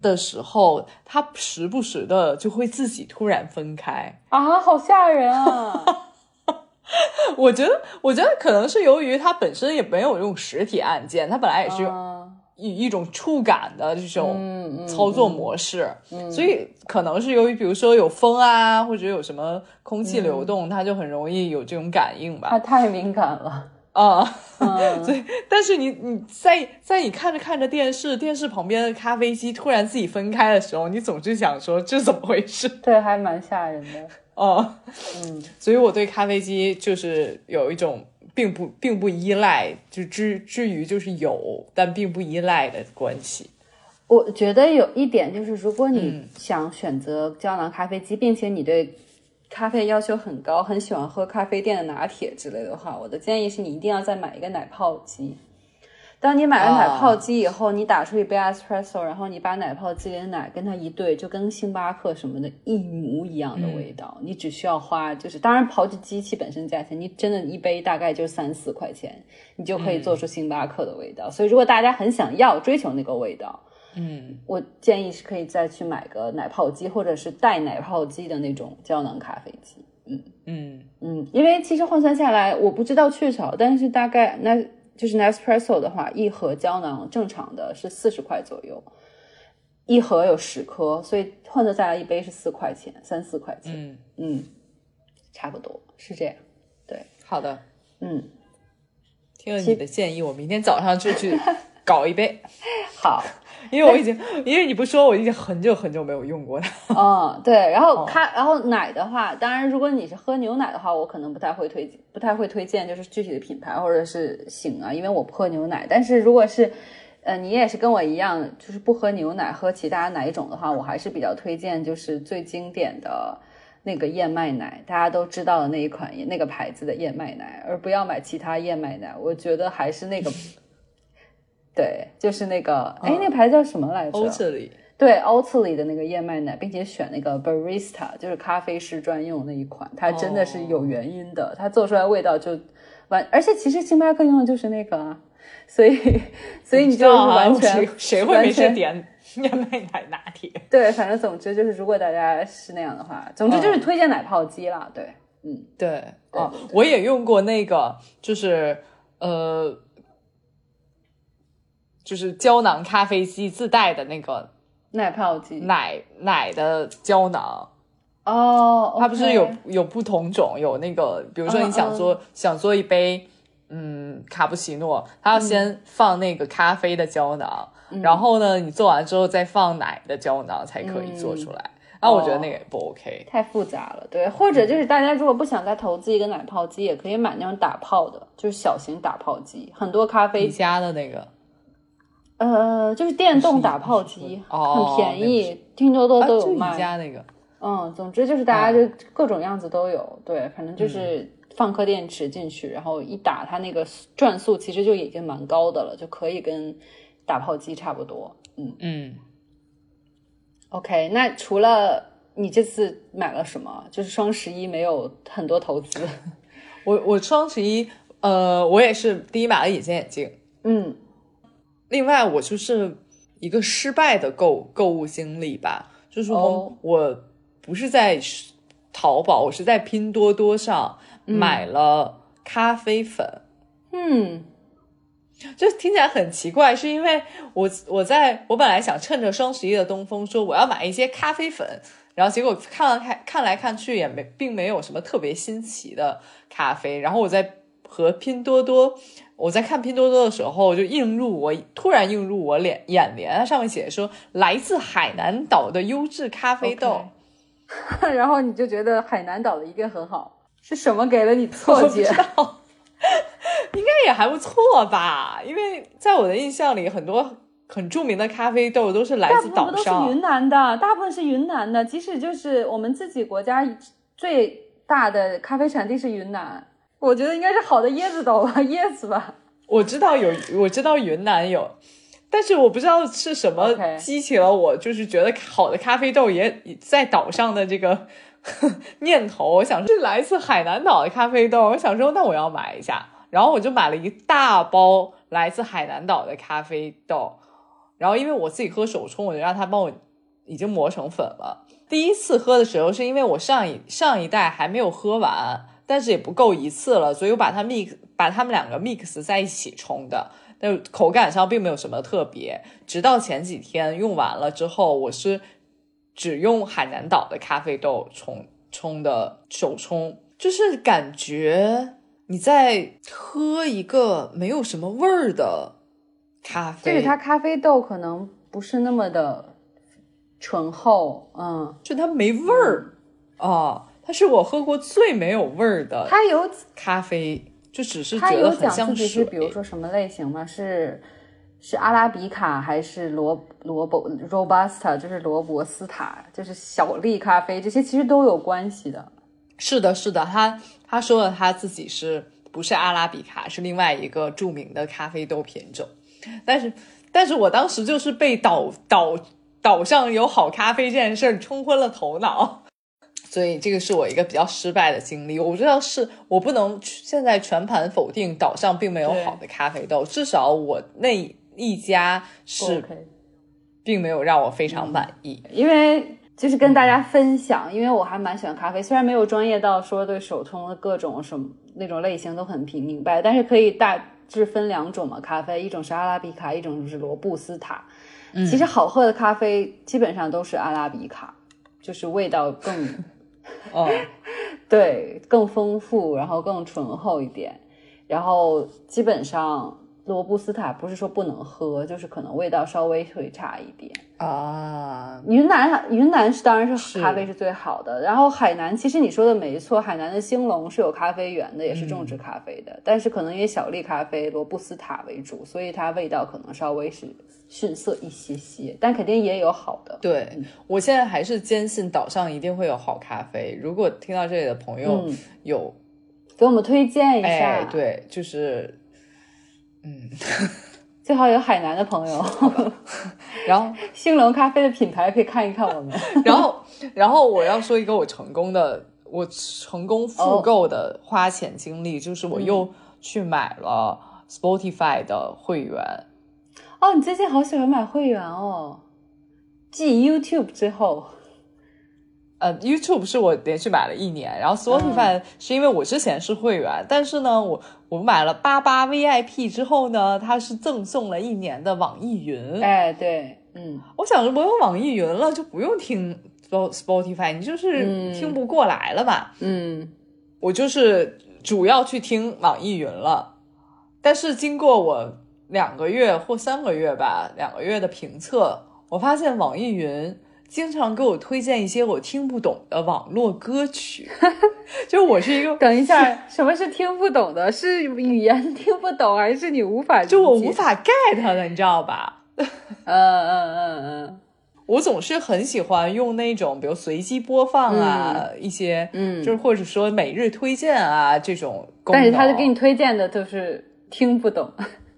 Speaker 2: 的时候，它时不时的就会自己突然分开。
Speaker 1: 啊，好吓人 啊！
Speaker 2: 我觉得，我觉得可能是由于它本身也没有这种实体按键，它本来也是
Speaker 1: 嗯
Speaker 2: 一、一种触感的这种
Speaker 1: 嗯，
Speaker 2: 操作模式，所以可能是由于比如说有风啊，或者有什么空气
Speaker 1: 嗯
Speaker 2: 流动，它就很容易有这种感应吧
Speaker 1: 他。啊太敏感了，
Speaker 2: 啊、
Speaker 1: 嗯，
Speaker 2: 对，但是你你在在你看着看着电视，电视旁边的咖啡机突然自己分开的时候，你总是想说这怎么回事？
Speaker 1: 对，还蛮吓人的，
Speaker 2: 哦，
Speaker 1: 嗯，
Speaker 2: 所以我对咖啡机就是有一种并不并不依赖，就至至于就是有，但并不依赖的关系。
Speaker 1: 我觉得有一点就是，如果你
Speaker 2: 嗯
Speaker 1: 想选择胶囊咖啡机，并且你对咖啡要求很高，很喜欢喝咖啡店的拿铁之类的话，我的建议是你一定要再买一个奶泡机。当你买了奶泡机以后，你打出一杯 espresso，然后你把奶泡机里的奶跟它一兑，就跟星巴克什么的一模一样的味道。你只需要花，就是当然刨去机器本身价钱，你真的一杯大概就三四块钱，你就可以做出星巴克的味道。所以如果大家很想要追求那个味道，
Speaker 2: 嗯，
Speaker 1: 我建议是可以再去买个奶泡机，或者是带奶泡机的那种胶囊咖啡机。
Speaker 2: 嗯
Speaker 1: 嗯，因为其实换算下来，我不知道雀巢，但是大概那就是 Nespresso 的话，一盒胶囊正常的是四十块左右，一盒有十颗，所以换算下来一杯是四块钱，三四块钱。
Speaker 2: 嗯，
Speaker 1: 嗯，差不多是这样。
Speaker 2: 好的，
Speaker 1: 嗯，
Speaker 2: 听了你的建议，我明天早上就去搞一杯，
Speaker 1: 嗯好。
Speaker 2: 因为我已经因为你不说，我已经很久很久没有用 过它。
Speaker 1: 嗯，对，然后咖，然后奶的话，当然，如果你是喝牛奶的话，我可能不太会推，不太会推荐，就是具体的品牌或者是型啊，因为我不喝牛奶。但是如果是，呃，你也是跟我一样，就是不喝牛奶，喝其他奶种的话，我还是比较推荐就是最经典的那个燕麦奶，大家都知道的那一款那个牌子的燕麦奶，而不要买其他燕麦奶。我觉得还是那个，对，就是那个，哎，那个牌子叫什么来着？
Speaker 2: 欧这里，
Speaker 1: 对 Oatly 的那个燕麦奶，并且选那个 barista，就是咖啡师专用那一款，它真的是有原因的，它做出来味道就完，而且其实星巴克用的就是那个啊，所以所以你
Speaker 2: 知
Speaker 1: 就是
Speaker 2: 道啊
Speaker 1: 完，全
Speaker 2: 谁谁会没
Speaker 1: 完
Speaker 2: 事
Speaker 1: 全
Speaker 2: 点 燕麦奶拿铁？
Speaker 1: 对，反正总之就是如果大家是那样的话，总之就是
Speaker 2: 嗯
Speaker 1: 推荐奶泡机啦，对，嗯，
Speaker 2: 对，
Speaker 1: 对
Speaker 2: 哦，我也用过那个，就是呃，就是胶囊咖啡机自带的那个
Speaker 1: 奶泡机
Speaker 2: 奶奶的胶囊，
Speaker 1: 哦，
Speaker 2: 它不是
Speaker 1: OK
Speaker 2: 有有不同种，有那个，比如说
Speaker 1: 嗯
Speaker 2: 你想
Speaker 1: 嗯
Speaker 2: 做、想做一杯。嗯，卡布奇诺，
Speaker 1: 嗯
Speaker 2: 它要先放那个咖啡的胶囊，然后呢，你做完之后再放奶的胶囊才可以
Speaker 1: 嗯
Speaker 2: 做出来。啊，我觉得那个也不
Speaker 1: 哦
Speaker 2: OK。
Speaker 1: 太复杂了，对，或者
Speaker 2: 嗯
Speaker 1: 就是大家如果不想再投资一个奶泡机，也可以买那种打泡的，就是小型打泡机，很多咖啡
Speaker 2: 你家的那个，
Speaker 1: 呃，就是电动打泡机，
Speaker 2: 哦
Speaker 1: 很便宜，拼多多
Speaker 2: 啊，
Speaker 1: 都
Speaker 2: 就
Speaker 1: 有
Speaker 2: 你
Speaker 1: 卖。
Speaker 2: 家那个，
Speaker 1: 嗯，总之就是大家就各种样子都有，对，反正就是放颗电池进去，然后一打，它那个转速其实就已经蛮高的了，就可以跟打泡机差不多。嗯
Speaker 2: 嗯。
Speaker 1: ，OK，那除了你这次买了什么，就是双十一没有很多投资。
Speaker 2: 我我双十一，呃，我也是第一买了隐形眼镜，
Speaker 1: 嗯
Speaker 2: 另外我就是一个失败的购购物经历吧，就是我、
Speaker 1: 哦
Speaker 2: 我不是在淘宝，我是在拼多多上买了咖啡粉，
Speaker 1: 嗯
Speaker 2: 就听起来很奇怪，是因为我我在我本来想趁着双十一的东风说我要买一些咖啡粉，然后结果看了看看来看去也没并没有什么特别新奇的咖啡，然后我在和拼多多。我在看拼多多的时候，就映入我突然映入我脸眼帘，它上面写着说来自海南岛的优质咖啡豆。
Speaker 1: ，OK，然 后你就觉得海南岛的一定很好，是什么给了 你错觉？
Speaker 2: 应该也还不错吧，因为在我的印象里，很多很著名的咖啡豆都是来
Speaker 1: 大
Speaker 2: 自
Speaker 1: 部分
Speaker 2: 岛
Speaker 1: 不都
Speaker 2: 上。
Speaker 1: 是云南的，大部分是云南的。即使就是我们自己国家最大的咖啡产地是云南，我 觉得应该是好的椰子豆吧，椰子吧。
Speaker 2: 我知道有，我知道云南有，但是我不知道是什么
Speaker 1: OK
Speaker 2: 激起了我，就是觉得好的咖啡豆也在岛上的这个 念头。我想说，是来自海南岛的咖啡豆，我想说那我要买一下，然后我就买了一大包来自海南岛的咖啡豆。然后因为我自己喝手冲，我就让他帮我已经磨成粉了。第一次喝的时候，是因为我上一上一代还没有喝完，但是也不够一次了，所以我把它 mix 把它们两个 mix 在一起冲的。但是口感上并没有什么特别，直到前几天用完了之后，我是只用海南岛的咖啡豆冲冲的手冲，就是感觉你在喝一个没有什么味儿的咖啡，
Speaker 1: 就是它咖啡豆可能不是那么的醇厚，嗯，
Speaker 2: 就它没味儿啊，它是我喝过最没有味儿的
Speaker 1: 它有
Speaker 2: 咖啡，就只是
Speaker 1: 它
Speaker 2: 觉得
Speaker 1: 有
Speaker 2: 呃很
Speaker 1: 讲自
Speaker 2: 像
Speaker 1: 己
Speaker 2: 水。
Speaker 1: 是比如说什么类型吗？是是阿拉比卡还是罗罗伯 robusta，就是罗伯斯塔，就是小粒咖啡，这些其实都有关系的。
Speaker 2: 是的，是的，他他说了他自己是不是阿拉比卡，是另外一个著名的咖啡豆品种，但是但是我当时就是被岛岛岛上有好咖啡这件事儿冲昏了头脑。所以这个是我一个比较失败的经历。我不知道是我不能现在全盘否定岛上并没有
Speaker 1: 对
Speaker 2: 好的咖啡豆，至少我那一家是
Speaker 1: OK
Speaker 2: 并没有让我非常满意。
Speaker 1: 因为就是跟大家分享，因为我还蛮喜欢咖啡，虽然没有专业到说对手冲的各种什么那种类型都很明明白，但是可以大致分两种嘛，咖啡，一种是阿拉比卡，一种是罗布斯塔。其实好喝的咖啡基本上都是阿拉比卡，就是味道更
Speaker 2: 哦，
Speaker 1: 对，更丰富，然后更醇厚一点。然后基本上罗布斯塔不是说不能喝，就是可能味道稍微会差一点。
Speaker 2: 啊，
Speaker 1: 云南云南是当然是
Speaker 2: 是
Speaker 1: 咖啡是最好的，然后海南其实你说的没错，海南的兴隆是有咖啡园的，也是种植咖啡
Speaker 2: 嗯
Speaker 1: 的，但是可能以小粒咖啡罗布斯塔为主，所以它味道可能稍微是逊色一些些，但肯定也有好的。嗯
Speaker 2: 对，我现在还是坚信岛上一定会有好咖啡。如果听到这里的朋友
Speaker 1: 嗯
Speaker 2: 有，
Speaker 1: 给我们推荐一下，
Speaker 2: 哎，对，就是，
Speaker 1: 最好有海南的朋 友，
Speaker 2: 然后，
Speaker 1: 兴隆咖啡的品牌可以看一看 我们。
Speaker 2: 然后，然后我要说一个我成功的，我成功
Speaker 1: 哦
Speaker 2: 复购的花钱经历，就是我
Speaker 1: 嗯
Speaker 2: 又去买了 Spotify 的会员。
Speaker 1: 哦，你最近好喜欢买会员哦，继 YouTube 之后，
Speaker 2: 呃，YouTube 是我连续买了一年，然后
Speaker 1: 嗯
Speaker 2: Spotify 是因为我之前是会员，但是呢，我我买了八八 VIP 之后呢，它是赠送了一年的网易云。
Speaker 1: 哎，对，嗯，
Speaker 2: 我想着我有网易云了，就不用听 Spo- Spotify，你就是
Speaker 1: 嗯
Speaker 2: 听不过来了吧？
Speaker 1: 嗯，
Speaker 2: 我就是主要去听网易云了，但是经过我两个月或三个月吧，两个月的评测，我发现网易云经常给我推荐一些我听不懂的网络 歌曲，就是我是一个
Speaker 1: 等一下，什么是听不懂的？是语言听不懂，还是你无法理解？
Speaker 2: 就我无法 get 的，你知道吧？
Speaker 1: 嗯，嗯嗯嗯
Speaker 2: 我总是很喜欢用那种，比如随机播放啊，一些，
Speaker 1: 嗯
Speaker 2: 就是或者说每日推荐啊这种功能。
Speaker 1: 但是他就给你，推荐的都是听不 懂，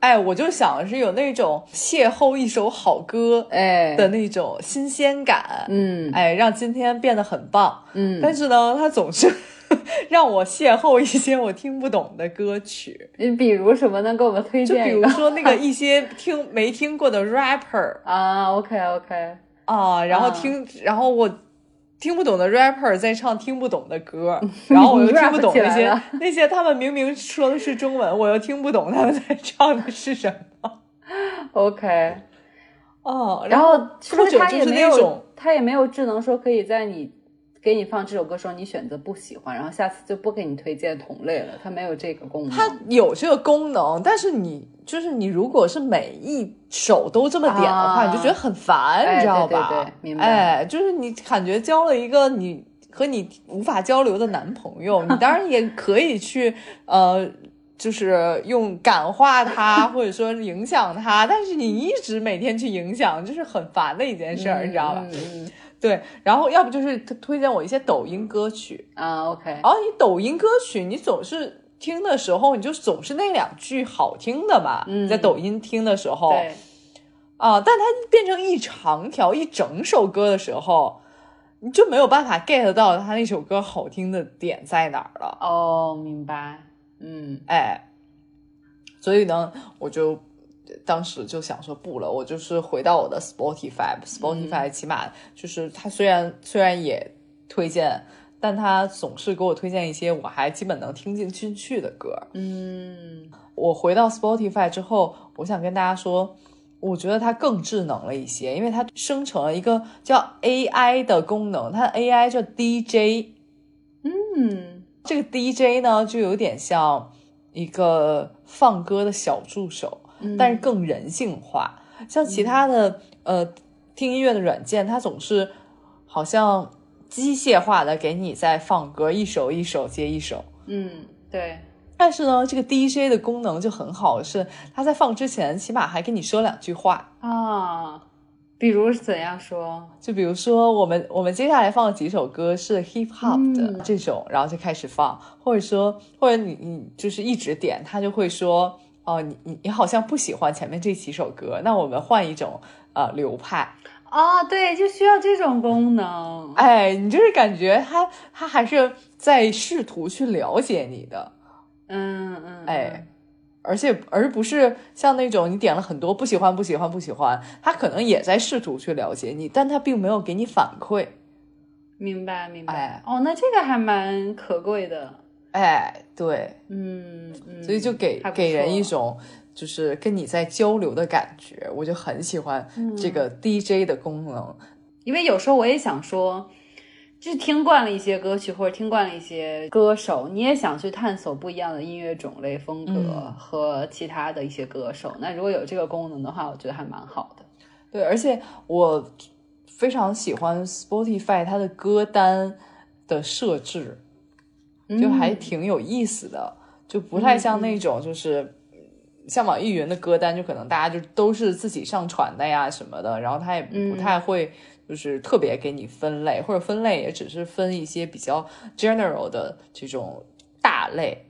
Speaker 2: 哎，我就想是有那种邂逅一首好歌
Speaker 1: 哎，
Speaker 2: 的那种新鲜感，
Speaker 1: 嗯
Speaker 2: 哎，让今天变得很棒。
Speaker 1: 嗯，
Speaker 2: 但是呢，它总是 让我邂逅一些我听不懂的歌曲，
Speaker 1: 你比如什么能给我们推
Speaker 2: 就比
Speaker 1: 荐一
Speaker 2: 如
Speaker 1: 个？
Speaker 2: 说那个一些听没听过的 rapper，
Speaker 1: 啊，OK OK，
Speaker 2: 啊，然后
Speaker 1: 嗯
Speaker 2: 听，然后我听不懂的 rapper 在唱听不懂的歌， 然后我又听不懂
Speaker 1: 你 rap 起来
Speaker 2: 那些
Speaker 1: 了
Speaker 2: 那些他们明明说的是中文，我又听不懂他们在唱的 是什么。
Speaker 1: OK，
Speaker 2: 哦，
Speaker 1: 然后是不
Speaker 2: 或
Speaker 1: 是
Speaker 2: 者
Speaker 1: 他
Speaker 2: 就
Speaker 1: 也
Speaker 2: 是
Speaker 1: 没
Speaker 2: 那种
Speaker 1: 有他也没有智能说可以在你给你放这首歌时候你选择不喜欢，然后下次就不给你推荐同类了，他没有这个功能。
Speaker 2: 它有这个功能，但是你就是你，如果是每一首都这么点的话，
Speaker 1: 啊
Speaker 2: 你就觉得很烦，
Speaker 1: 哎
Speaker 2: 你知道吧？
Speaker 1: 对对对明白
Speaker 2: 哎，就是你感觉交了一个你和你无法交流的男朋 友，你当然也可以去呃。就是用感 化他，或者说影响他，但是你一直每天去影响，就是很烦的一件事儿，你知道吧？
Speaker 1: 嗯嗯嗯
Speaker 2: 对，然后要不就是推荐我一些抖音歌曲，
Speaker 1: 啊，OK，
Speaker 2: 然后哦你抖音歌曲，你总是听哦的时候，你就总是那两句好听的嘛。你在抖音听的时候，
Speaker 1: 对，
Speaker 2: 啊，但它变成一长条一整首歌的时候，你就没有办法 get 到它那首歌好听的点在哪儿了。
Speaker 1: 哦，明白，嗯，
Speaker 2: 哎，所以呢，我就当时就想说不了，我就是回到我的 Spotify，Spotify 起码就是它虽然虽然也推荐，但它总是给我推荐一些我还基本能听进进去的歌。
Speaker 1: 嗯，
Speaker 2: 我回到 Spotify 之后，我想跟大家说，我觉得它更智能了一些，因为它生成了一个叫 AI 的功能，它的 AI 叫 DJ，
Speaker 1: 嗯，
Speaker 2: 这个 DJ 呢就有点像一个放歌的小助手，
Speaker 1: 嗯
Speaker 2: 但是更人性化。像其他的呃听音乐的软件，它总是好像机械化的给你在放歌，一首一首接一首。
Speaker 1: 嗯，对，
Speaker 2: 但是呢，这个 DJ 的功能就很好，是它在放之前起码还跟你说两句话。
Speaker 1: 啊，比如怎样说？
Speaker 2: 就比如说，我们我们接下来放几首歌是 hip hop 的、
Speaker 1: 嗯
Speaker 2: 这种，然后就开始放，或者说，或者你你就是一直点，它就会说，哦、你你你好像不喜欢前面这几首歌，那我们换一种呃流派。
Speaker 1: 啊，对，就需要这种功能。
Speaker 2: 哎，你就是感觉它它还是在试图去了解你的，
Speaker 1: 嗯嗯，
Speaker 2: 哎，而且而不是像那种你点了很多不喜欢不喜欢不喜欢，他可能也在试图去了解你，但他并没有给你反馈。
Speaker 1: 明白明白。
Speaker 2: 哎
Speaker 1: 哦，那这个还蛮可贵的。
Speaker 2: 哎，对，
Speaker 1: 嗯嗯，
Speaker 2: 所以就给、
Speaker 1: 还不错
Speaker 2: 给人一种就是跟你在交流的感觉，我就很喜欢
Speaker 1: 嗯
Speaker 2: 这个 DJ 的功能。
Speaker 1: 因为有时候我也想说，就是听惯了一些歌曲或者听惯了一些歌手，你也想去探索不一样的音乐种类、风格
Speaker 2: 嗯
Speaker 1: 和其他的一些歌手。那如果有这个功能的话，我觉得还蛮好的。
Speaker 2: 对，而且我非常喜欢 Spotify 它的歌单的设置。就还挺有意思的，就不太像那种就是像网易云的歌单，就可能大家就都是自己上传的呀什么的，然后它也不太会就是特别给你分类，或者分类也只是分一些比较 general 的这种大类。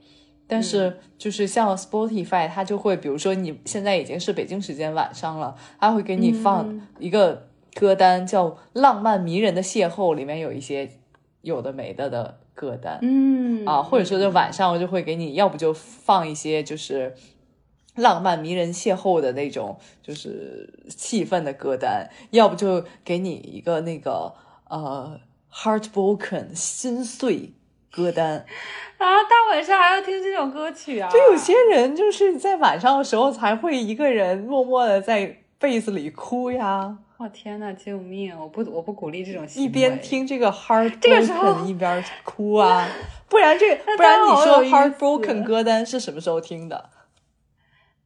Speaker 2: 但
Speaker 1: 嗯
Speaker 2: 是就是像 Spotify，它就会，比如说你现在已经是北京时间晚上了，它会给你放
Speaker 1: 嗯
Speaker 2: 一个歌单叫《浪漫迷人的邂逅》，里面有一些有的没的的歌单。
Speaker 1: 嗯
Speaker 2: 啊，或者说就晚上我就会给你，要不就放一些就是浪漫迷人邂逅的那种就是气氛的歌单，要不就给你一个那个呃 heartbroken 心碎歌单。
Speaker 1: 啊，大晚上还要听这种歌曲啊？
Speaker 2: 就有些人就是在晚上的时候才会一个人默默的在被子里哭呀，
Speaker 1: 我、天呐，救命！我不我不鼓励这种行为
Speaker 2: 一边。听这个 heartbroken
Speaker 1: 这个时候
Speaker 2: 一边哭啊，不然这
Speaker 1: 那
Speaker 2: 不然你
Speaker 1: 当然好
Speaker 2: 说
Speaker 1: 有意思
Speaker 2: heartbroken 歌单是什么时候听的？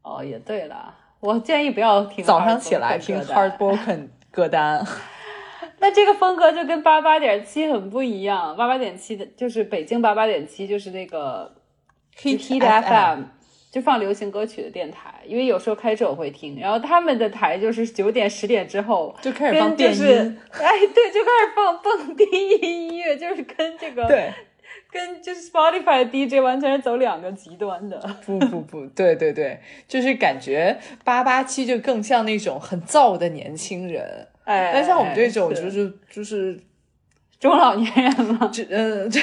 Speaker 1: 哦，也对了，我建议不要听
Speaker 2: 早上起来
Speaker 1: Heartbroken
Speaker 2: 听
Speaker 1: 歌单
Speaker 2: Heartbroken 歌单，
Speaker 1: 那这个风格就跟八八点七很不一样，八八点七的就是北京八八点七，就是那个
Speaker 2: Hit
Speaker 1: Hit FM，就放流行歌曲的电台。因为有时候开车我会听，然后他们的台就是九点十点之后
Speaker 2: 就开始
Speaker 1: 跟
Speaker 2: 放
Speaker 1: 就
Speaker 2: 电
Speaker 1: 是
Speaker 2: 音。
Speaker 1: 哎对，就开始放蹦迪音乐，就是跟这个
Speaker 2: 对，
Speaker 1: 跟就是 Spotify 的 DJ 完全是走两个极端的。
Speaker 2: 不不不，对对对，就是感觉八八七就更像那种很燥的年轻人，
Speaker 1: 哎，
Speaker 2: 但像我们这种
Speaker 1: 是
Speaker 2: 就是就是
Speaker 1: 中老年人嘛，
Speaker 2: 这呃 这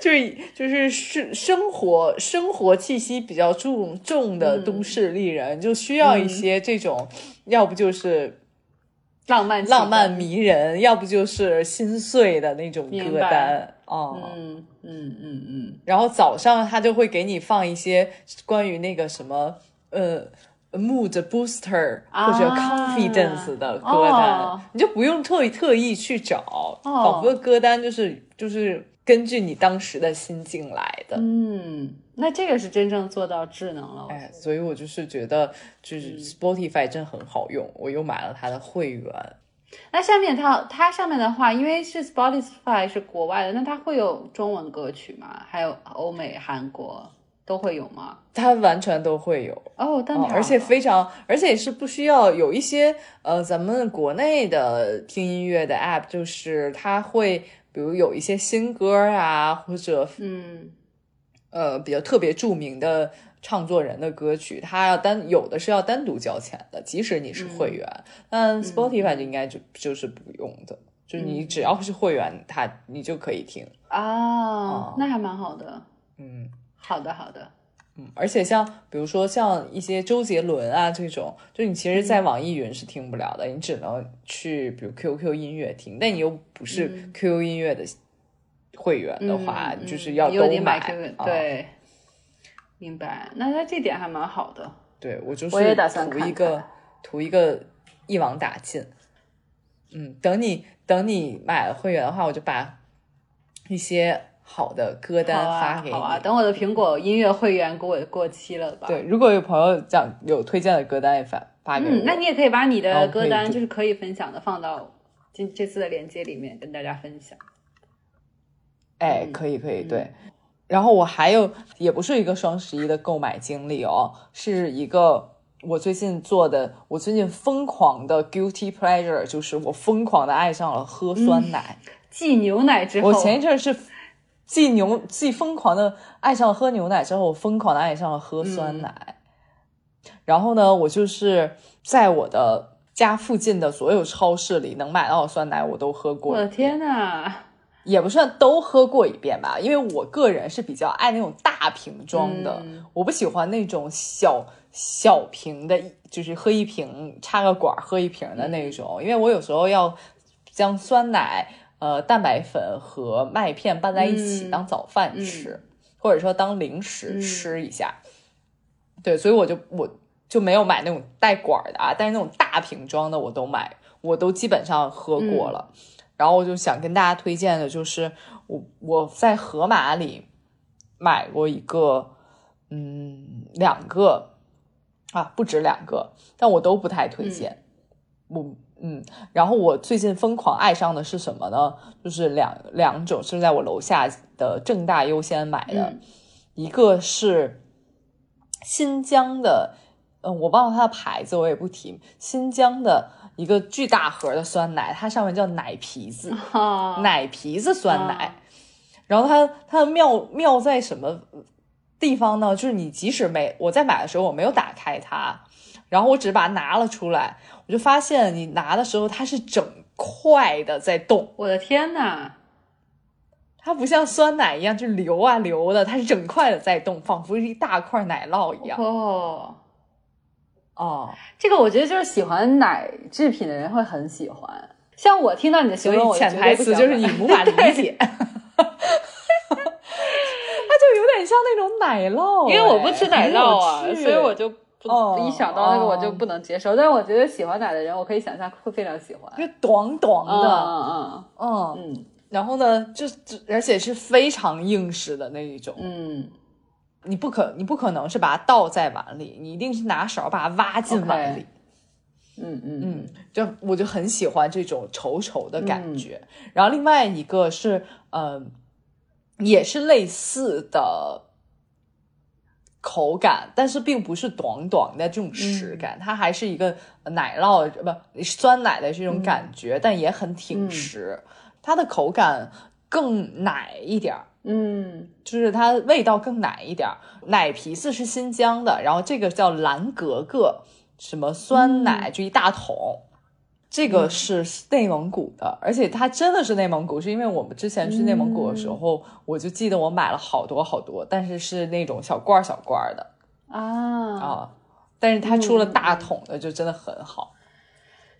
Speaker 2: 就是就是是生活生活气息比较重重的
Speaker 1: 嗯
Speaker 2: 都市丽人，就需要一些这种，要不就是
Speaker 1: 浪漫气氛
Speaker 2: 浪漫，迷人，要不就是心碎的那种
Speaker 1: 明
Speaker 2: 歌
Speaker 1: 白
Speaker 2: 单哦。
Speaker 1: 嗯嗯嗯嗯，
Speaker 2: 然后早上他就会给你放一些关于那个什么呃 mood booster
Speaker 1: 啊
Speaker 2: 或者 confidence 的歌单，
Speaker 1: 哦
Speaker 2: 你就不用特意特意去找，
Speaker 1: 哦
Speaker 2: 仿佛歌单就是就是根据你当时的心境来的。
Speaker 1: 嗯，那这个是真正做到智能了。我觉得
Speaker 2: 哎，所以我就是觉得，就是
Speaker 1: 嗯
Speaker 2: Spotify 真很好用，我又买了它的会员。
Speaker 1: 那上面它它上面的话，因为是 Spotify 是国外的，那它会有中文歌曲吗？还有欧美、韩国都会有吗？
Speaker 2: 它完全都会有，
Speaker 1: 哦，但、
Speaker 2: 哦而且非常，而且是不需要有一些呃，咱们国内的听音乐的 app，就是它会比如有一些新歌啊，或者
Speaker 1: 嗯
Speaker 2: 呃比较特别著名的唱作人的歌曲，它要单有的是要单独交钱的，即使你是会员，但 Spotify 就应该就就是不用的，就是你只要是会员，它你就可以听。
Speaker 1: 啊，那还蛮好的。
Speaker 2: 嗯
Speaker 1: 好的，好的。
Speaker 2: 嗯，而且像比如说像一些周杰伦啊这种，就你其实，
Speaker 1: 嗯
Speaker 2: 在网易云是听不了的，你只能去比如 QQ 音乐听，但你又不是 QQ 音乐的会员的话，
Speaker 1: 嗯
Speaker 2: 就是要
Speaker 1: 你有
Speaker 2: 都
Speaker 1: 得买
Speaker 2: 买
Speaker 1: QQ，、
Speaker 2: 啊
Speaker 1: 对，明白。那他这点还蛮好的。
Speaker 2: 对我就是
Speaker 1: 我也打算
Speaker 2: 图
Speaker 1: 看
Speaker 2: 一个
Speaker 1: 看
Speaker 2: 图一个一网打尽。嗯，等你等你买了会员的话，我就把一些好的歌单
Speaker 1: 好
Speaker 2: 发
Speaker 1: 啊，
Speaker 2: 给你。
Speaker 1: 好啊。等我的苹果音乐会员给我过期了吧？
Speaker 2: 对，如果有朋友讲有推荐的歌单也发发给我。
Speaker 1: 嗯，那你也可以把你
Speaker 2: 然后
Speaker 1: 的
Speaker 2: 可
Speaker 1: 歌
Speaker 2: 以
Speaker 1: 单，
Speaker 2: 读
Speaker 1: 就是可以分享的，放到这这次的链接里面跟大家分享。
Speaker 2: 哎，
Speaker 1: 嗯
Speaker 2: 可以可以，
Speaker 1: 嗯
Speaker 2: 对。然后我还有也不是一个双十一的购买经历哦，是一个我最近做的，我最近疯狂的 guilty pleasure，就是我疯狂的爱上了喝酸奶。
Speaker 1: 继牛奶嗯之后，
Speaker 2: 我前一阵儿是既牛既疯狂的爱上了喝牛奶之后，我疯狂的爱上了
Speaker 1: 嗯
Speaker 2: 喝酸奶。然后呢，我就是在我的家附近的所有超市里能买到的酸奶，我都喝过
Speaker 1: 我
Speaker 2: 了。
Speaker 1: 的天呐，
Speaker 2: 也不算都喝过一遍吧，因为我个人是比较爱那种大瓶装的，
Speaker 1: 嗯
Speaker 2: 我不喜欢那种小小瓶的，就是喝一瓶插个管儿喝一瓶的
Speaker 1: 嗯
Speaker 2: 那种，因为我有时候要将酸奶、呃蛋白粉和麦片拌在一起
Speaker 1: 嗯
Speaker 2: 当早饭吃，或者说当零食
Speaker 1: 嗯
Speaker 2: 吃一下。对，所以我就我就没有买那种带管儿的啊，但是那种大瓶装的我都买，我都基本上喝
Speaker 1: 嗯
Speaker 2: 过了。然后我就想跟大家推荐的就是我我在盒马里买过一个，嗯，两个啊，不止两个，但我都不太推荐。我嗯，然后我最近疯狂爱上的是什么呢？就是两两种是在我楼下的正大优先买的，
Speaker 1: 嗯
Speaker 2: 一个是新疆的，嗯，我忘了它的牌子，我也不提。新疆的一个巨大盒的酸奶，它上面叫奶皮子，
Speaker 1: 哈、
Speaker 2: 奶皮子酸奶。
Speaker 1: 啊
Speaker 2: 然后它它的妙妙在什么地方呢？就是你即使没我在买的时候我没有打开它，然后我只把它拿了出来，我就发现你拿的时候它是整块的在动，
Speaker 1: 我的天呐，
Speaker 2: 它不像酸奶一样就流啊流的，它是整块的在动，仿佛是一大块奶酪一样。
Speaker 1: 哦，
Speaker 2: 哦，
Speaker 1: 这个我觉得就是喜欢奶制品的人会很喜欢。像我听到你的
Speaker 2: 所
Speaker 1: 形容，我
Speaker 2: 以
Speaker 1: 就
Speaker 2: 潜
Speaker 1: 绝
Speaker 2: 台
Speaker 1: 对不
Speaker 2: 词
Speaker 1: 想
Speaker 2: 就是
Speaker 1: 买
Speaker 2: 你无法理 解。它就有点像那种奶酪、
Speaker 1: 因为我不吃奶酪啊
Speaker 2: 哎，很有趣
Speaker 1: 所以我就不、
Speaker 2: 哦
Speaker 1: 一想到那个我就不能接受。但我觉得喜欢奶的人，我可以想象会非常喜欢。
Speaker 2: 就短短的，
Speaker 1: 嗯
Speaker 2: 嗯，
Speaker 1: 嗯嗯
Speaker 2: 然后呢，就就而且是非常硬实的那一种，
Speaker 1: 嗯
Speaker 2: 你不可你不可能是把它倒在碗里，你一定是拿勺把它挖进碗里。
Speaker 1: 嗯嗯嗯，
Speaker 2: 嗯，就我就很喜欢这种稠稠的感觉。然后另外一个是，嗯、也是类似的口感，但是并不是短短的这种实感，它还是一个奶酪呃不酸奶的这种感觉，但也很挺实。它的口感更奶一点儿，
Speaker 1: 嗯
Speaker 2: 就是它味道更奶一点儿。奶皮子是新疆的，然后这个叫蓝格格，什么酸奶、就一大桶。这个是内蒙古的，而且它真的是内蒙古，是因为我们之前去内蒙古的时候，我就记得我买了好多好多，但是是那种小罐儿小罐儿的
Speaker 1: 啊，
Speaker 2: 啊，但是它出了大桶的就真的很好。